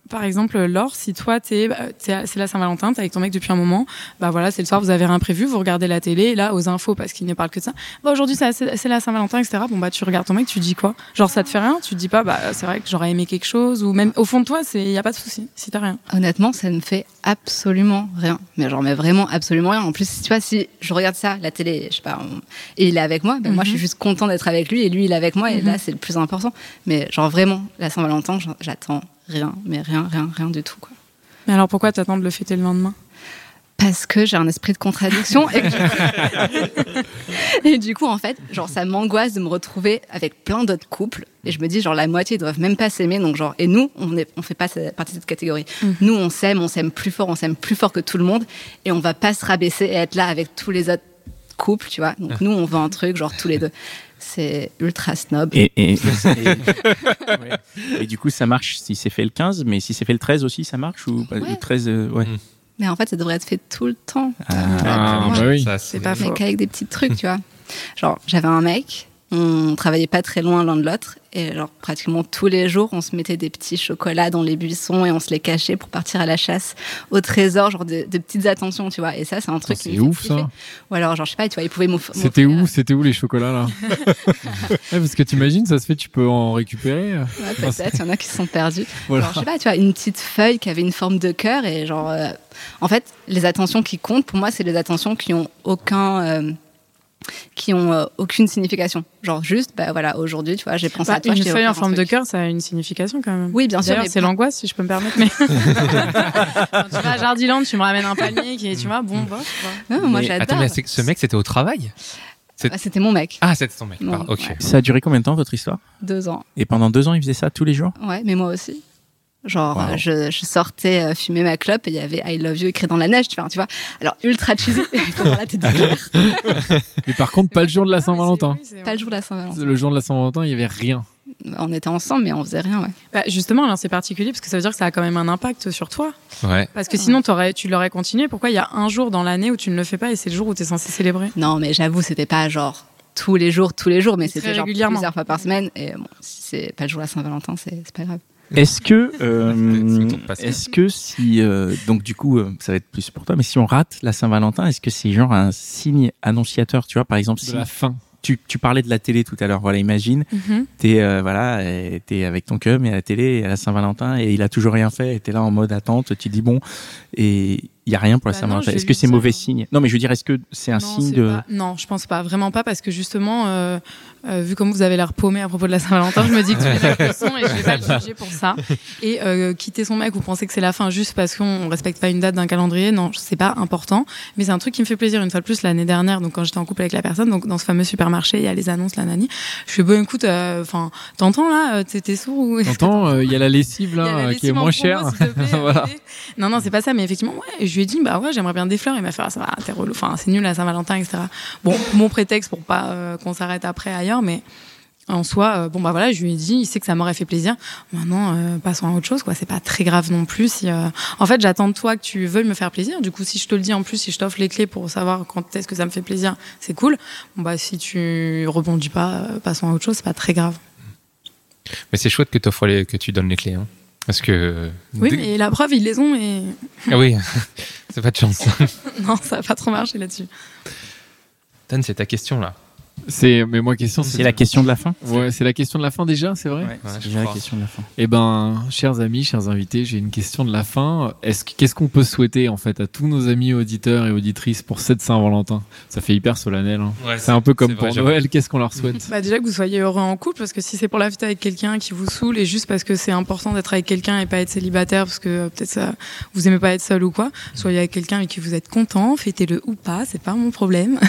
Speaker 5: par exemple, Laure, si toi, t'es, bah, t'es à- c'est la Saint-Valentin, t'es avec ton mec depuis un moment, bah voilà, c'est le soir, vous avez rien prévu, vous regardez la télé, et là, aux infos, parce qu'il ne parle que de ça. Bah aujourd'hui, c'est la- c'est la Saint-Valentin, etc. Bon, bah tu regardes ton mec, tu dis quoi Genre, ça te fait rien Tu te dis pas, bah c'est vrai que j'aurais aimé quelque chose, ou même au fond de toi, il n'y a pas de souci, si t'as rien.
Speaker 4: Honnêtement, ça me fait absolument rien. Mais genre, mais vraiment absolument rien. En plus, tu vois, si je regarde ça, la télé, je sais pas, on- et il est avec moi, ben moi, je suis juste content d'être avec lui et lui, il est avec moi. Et là, c'est le plus important. Mais genre, vraiment, la Saint-Valentin, j'en- j'attends rien, mais rien, rien, rien du tout, quoi.
Speaker 5: Mais alors pourquoi t'attends de le fêter le lendemain
Speaker 4: Parce que j'ai un esprit de contradiction et, que- et du coup en fait genre ça m'angoisse de me retrouver avec plein d'autres couples et je me dis genre la moitié ils doivent même pas s'aimer donc genre et nous on est on fait pas sa- partie de cette catégorie nous on s'aime on s'aime plus fort on s'aime plus fort que tout le monde et on va pas se rabaisser et être là avec tous les autres couples tu vois donc nous on veut un truc genre tous les deux C'est ultra snob.
Speaker 1: Et, et- et du coup, ça marche si c'est fait le 15, mais si c'est fait le 13 aussi, ça marche Ou pas-
Speaker 4: Ouais.
Speaker 1: le 13, euh, ouais.
Speaker 3: Mm.
Speaker 4: Mais en fait, ça devrait être fait tout le temps.
Speaker 2: Ah,
Speaker 4: Ouais.
Speaker 2: bah oui.
Speaker 3: Ça,
Speaker 5: C'est pas
Speaker 4: mais
Speaker 5: faux.
Speaker 4: qu'avec des petits trucs, tu vois. Genre, j'avais un mec, on travaillait pas très loin l'un de l'autre, et genre, pratiquement tous les jours, on se mettait des petits chocolats dans les buissons et on se les cachait pour partir à la chasse au trésor, genre de, de petites attentions, tu vois. Et ça, c'est un truc. qui
Speaker 2: Oh, C'est
Speaker 4: me fait
Speaker 2: ouf
Speaker 4: kiffer.
Speaker 2: ça.
Speaker 4: Ou alors, genre, je sais pas, tu vois, ils pouvaient m'off- m'offrir.
Speaker 2: C'était où C'était où les chocolats là Ouais, Parce que t'imagines, ça se fait, tu peux en récupérer. euh,
Speaker 4: euh, Ouais, peut-être, il y en a qui se sont perdus.
Speaker 2: Voilà.
Speaker 4: Genre, je sais pas, tu vois, une petite feuille qui avait une forme de cœur et genre, euh, en fait, les attentions qui comptent pour moi, c'est les attentions qui ont aucun, euh, qui ont euh, aucune signification. Genre juste, bah voilà, aujourd'hui, tu vois, j'ai pensé
Speaker 5: Bah,
Speaker 4: à toi. je
Speaker 5: une
Speaker 4: t'ai
Speaker 5: feuille en
Speaker 4: offert un
Speaker 5: forme de
Speaker 4: truc.
Speaker 5: cœur, ça a une signification quand même.
Speaker 4: Oui, bien sûr.
Speaker 5: D'ailleurs,
Speaker 4: mais
Speaker 5: c'est l'angoisse, si je peux me permettre. Mais... Quand tu vas à Jardiland, tu me ramènes un panier qui est, tu vois, bon, bof.
Speaker 4: Non, moi,
Speaker 1: Mais-
Speaker 4: j'adore.
Speaker 3: Attends, mais c'est- ce mec, c'était au travail
Speaker 4: Ah, c'était mon mec,
Speaker 3: Ah, c'était son mec.
Speaker 4: Non,
Speaker 3: pardon, ok.
Speaker 4: ouais.
Speaker 1: Ça a duré combien de temps votre histoire
Speaker 4: deux ans.
Speaker 1: Et pendant deux ans, il faisait ça tous les jours
Speaker 4: Ouais, mais moi aussi. Genre,
Speaker 1: Wow.
Speaker 4: euh, je, je sortais euh, fumer ma clope et il y avait I love you écrit dans la neige, tu vois. Tu vois Alors, ultra cheesy. Comment là, t'es dégueulasse.
Speaker 2: Mais par contre, pas le jour de la Saint-Valentin.
Speaker 4: Pas le jour de la Saint-Valentin.
Speaker 2: Le jour de la Saint-Valentin, il y avait rien.
Speaker 4: On était ensemble, mais on faisait rien, ouais.
Speaker 5: Bah, justement, alors c'est particulier parce que ça veut dire que ça a quand même un impact sur toi.
Speaker 3: Ouais.
Speaker 5: Parce que sinon, t'aurais- tu l'aurais continué. Pourquoi il y a un jour dans l'année où tu ne le fais pas et c'est le jour où tu es censé célébrer
Speaker 4: Non, mais j'avoue, c'était pas genre tous les jours, tous les jours, mais
Speaker 5: Très
Speaker 4: c'était genre
Speaker 5: régulièrement.
Speaker 4: plusieurs fois par semaine. Et bon, si c'est pas le jour de la Saint-Valentin, c'est c'est pas grave.
Speaker 1: Est-ce que,
Speaker 3: C'est-
Speaker 1: euh,
Speaker 3: c'est ton passé.
Speaker 1: est-ce que si, euh, donc du coup, euh, ça va être plus pour toi, mais si on rate la Saint-Valentin, est-ce que c'est genre un signe annonciateur, tu vois, par exemple,
Speaker 2: De
Speaker 1: si
Speaker 2: la fin.
Speaker 1: tu, tu parlais de la télé tout à l'heure, voilà, imagine,
Speaker 5: Mm-hmm.
Speaker 1: t'es euh, voilà, euh, t'es avec ton cum et à la télé et à la Saint-Valentin et il a toujours rien fait, et t'es là en mode attente, tu dis bon, et il y a rien pour la
Speaker 5: Bah non,
Speaker 1: Saint-Valentin.
Speaker 5: j'ai
Speaker 1: Est-ce
Speaker 5: lu
Speaker 1: que c'est
Speaker 5: ça.
Speaker 1: mauvais signe Non, mais je veux dire, est-ce que c'est un signe
Speaker 5: c'est
Speaker 1: de
Speaker 5: pas- non, je pense pas, vraiment pas, parce que justement, euh, euh, vu comme vous avez l'air paumé à propos de la Saint-Valentin, je me dis que tous les autres le sont et je vais pas le juger pour ça. Et euh, quitter son mec ou penser que c'est la fin juste parce qu'on respecte pas une date d'un calendrier, non, c'est pas important. Mais c'est un truc qui me fait plaisir. Une fois de plus, l'année dernière, donc quand j'étais en couple avec la personne, donc dans ce fameux supermarché, il y a les annonces, la nani. Je fais bon, écoute, euh, enfin, t'entends là, euh, t'es t'es sourd ou est-ce que
Speaker 2: T'entends, euh, il y a la lessive
Speaker 5: il y a la
Speaker 2: là euh, qui est
Speaker 5: lessive en
Speaker 2: moins
Speaker 5: promo,
Speaker 2: chère.
Speaker 5: s'il te plaît,
Speaker 2: Voilà.
Speaker 5: venez. Non, non, c'est pas ça, mais effectivement, ouais. Et je lui ai dit, bah ouais, j'aimerais bien des fleurs. Il m'a fait, ah, ça va, t'es relou. Enfin, c'est nul à Saint-Valentin, etc. Bon, mon prétexte pour pas euh, qu'on s'arrête après ailleurs, mais en soi, euh, bon, bah voilà, je lui ai dit, il sait que ça m'aurait fait plaisir. Maintenant, euh, passons à autre chose, quoi. C'est pas très grave non plus. Si, euh, En fait, j'attends de toi que tu veuilles me faire plaisir. Du coup, si je te le dis en plus, si je t'offre les clés pour savoir quand est-ce que ça me fait plaisir, c'est cool. Bon, bah, si tu rebondis pas, euh, passons à autre chose, c'est pas très grave.
Speaker 3: Mais c'est chouette que, t'offres les... que tu donnes les clés. hein. Parce que.
Speaker 5: Oui, mais la preuve, ils les ont et
Speaker 3: Ah oui, c'est pas de chance.
Speaker 5: non, ça a pas trop marché là-dessus.
Speaker 3: Dan, c'est ta question là.
Speaker 2: C'est, mais moi, question,
Speaker 1: C'est la question de la fin.
Speaker 2: Ouais, c'est la question de la fin déjà, c'est vrai.
Speaker 3: Ouais,
Speaker 1: c'est
Speaker 3: je
Speaker 1: déjà la
Speaker 3: crois.
Speaker 1: question de la fin.
Speaker 2: Eh ben, chers amis, chers invités, j'ai une question de la fin. Est-ce que- qu'est-ce qu'on peut souhaiter en fait à tous nos amis auditeurs et auditrices pour cette Saint-Valentin Ça fait hyper solennel. hein.
Speaker 3: Ouais,
Speaker 2: C'est un peu comme
Speaker 3: vrai,
Speaker 2: pour
Speaker 3: j'avoue.
Speaker 2: Noël. Qu'est-ce qu'on leur souhaite
Speaker 5: Bah déjà que vous soyez heureux en couple, parce que si c'est pour la fête avec quelqu'un qui vous saoule et juste parce que c'est important d'être avec quelqu'un et pas être célibataire, parce que euh, peut-être ça, vous aimez pas être seul ou quoi, soyez avec quelqu'un avec qui vous êtes content, fêtez-le ou pas, c'est pas mon problème.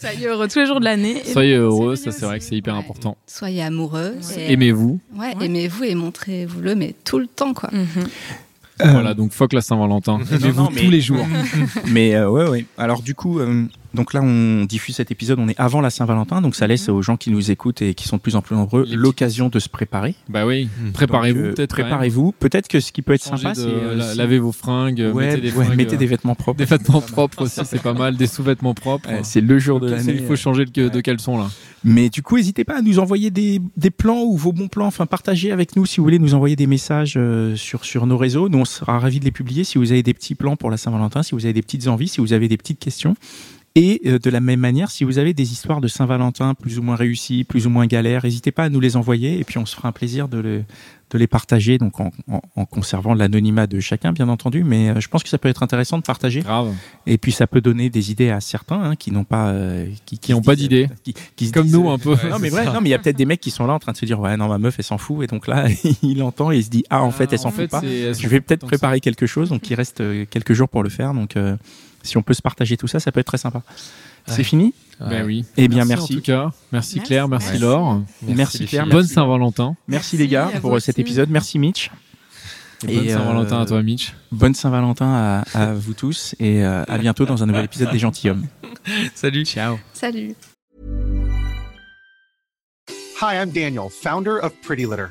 Speaker 5: soyez heureux tous les jours de l'année.
Speaker 1: Bah,
Speaker 5: Et-
Speaker 2: Soyez heureux,
Speaker 5: c'est
Speaker 2: ça c'est
Speaker 5: mignon
Speaker 2: vrai que
Speaker 5: aussi.
Speaker 2: c'est hyper
Speaker 4: Ouais.
Speaker 2: important.
Speaker 4: Soyez amoureux. et-
Speaker 2: Aimez-vous.
Speaker 4: Ouais,
Speaker 5: Ouais.
Speaker 4: aimez-vous et montrez-vous-le, mais tout le temps, quoi.
Speaker 5: Mhm.
Speaker 1: Euh,
Speaker 2: Voilà, donc fuck la Saint-Valentin. Aimez-vous
Speaker 1: non, mais-
Speaker 2: tous les jours.
Speaker 1: Mais euh, ouais, ouais. Alors du coup, euh, donc là, on diffuse cet épisode, on est avant la Saint-Valentin, donc ça laisse aux gens qui nous écoutent et qui sont de plus en plus nombreux
Speaker 2: Mhm. Les petits-
Speaker 1: l'occasion de se préparer.
Speaker 2: bah oui,
Speaker 3: Mm.
Speaker 2: préparez-vous
Speaker 1: Donc, euh,
Speaker 2: peut-être.
Speaker 1: Préparez-vous. Peut-être que ce qui peut être
Speaker 2: quand même.
Speaker 1: sympa,
Speaker 2: Changez
Speaker 1: c'est
Speaker 2: de-
Speaker 1: euh,
Speaker 2: la-
Speaker 1: si-
Speaker 2: Lavez vos fringues,
Speaker 1: Ouais,
Speaker 2: mettez des
Speaker 1: ouais,
Speaker 2: fringues,
Speaker 1: mettez des
Speaker 2: euh,
Speaker 1: vêtements propres.
Speaker 2: des vêtements propres aussi, c'est pas mal. Des sous-vêtements propres.
Speaker 1: Ouais, c'est le jour de
Speaker 2: Parce que
Speaker 1: l'année.
Speaker 2: Il faut changer de, de caleçon là.
Speaker 1: Mais du coup, n'hésitez pas à nous envoyer des, des plans ou vos bons plans. Enfin, partagez avec nous si vous voulez nous envoyer des messages euh, sur, sur nos réseaux. Nous, on sera ravis de les publier si vous avez des petits plans pour la Saint-Valentin, si vous avez des petites envies, si vous avez des petites questions. Et euh, de la même manière, si vous avez des histoires de Saint-Valentin plus ou moins réussies, plus ou moins galères, n'hésitez pas à nous les envoyer et puis on se fera un plaisir de, le- de les partager, donc en, en- en conservant l'anonymat de chacun, bien entendu. Mais euh, je pense que ça peut être intéressant de partager.
Speaker 2: Grave.
Speaker 1: Et puis ça peut donner des idées à certains hein, qui n'ont pas, euh, qui, qui
Speaker 2: Qui ont
Speaker 1: se
Speaker 2: pas
Speaker 1: disent- euh,
Speaker 2: d'idées.
Speaker 1: qui- qui se
Speaker 2: Comme
Speaker 1: disent,
Speaker 2: nous un peu.
Speaker 3: Ouais.
Speaker 1: non mais
Speaker 3: c'est
Speaker 1: vrai,
Speaker 3: ça.
Speaker 1: non mais il y a peut-être des mecs qui sont là en train de se dire ouais non ma meuf elle s'en fout et donc là il entend et il se dit ah en fait
Speaker 2: Euh,
Speaker 1: elle s'en fout pas. Je vais peut-être préparer quelque chose donc il reste euh, quelques jours pour le faire donc euh, si on peut se partager tout ça ça peut être très sympa. C'est
Speaker 3: Ouais.
Speaker 1: fini
Speaker 3: Ouais.
Speaker 2: Ben oui.
Speaker 1: Eh bien
Speaker 2: En tout
Speaker 1: merci.
Speaker 2: cas, merci,
Speaker 5: Merci.
Speaker 2: Claire, merci,
Speaker 5: Merci.
Speaker 2: Laure.
Speaker 1: Merci,
Speaker 3: les
Speaker 1: Pierre.
Speaker 3: filles.
Speaker 2: Bonne Saint-Valentin.
Speaker 1: Merci les gars
Speaker 5: Merci à
Speaker 1: pour
Speaker 5: vous
Speaker 1: euh, cet
Speaker 5: aussi.
Speaker 1: épisode. Merci Mitch.
Speaker 2: Et bonne
Speaker 1: Et, euh,
Speaker 2: Saint-Valentin à toi, Mitch.
Speaker 1: Bonne Saint-Valentin à, à vous tous et euh, à bientôt dans un nouvel épisode des Gentilhommes.
Speaker 3: Salut.
Speaker 1: Ciao.
Speaker 4: Salut.
Speaker 6: Hi, I'm Daniel, founder of Pretty Litter.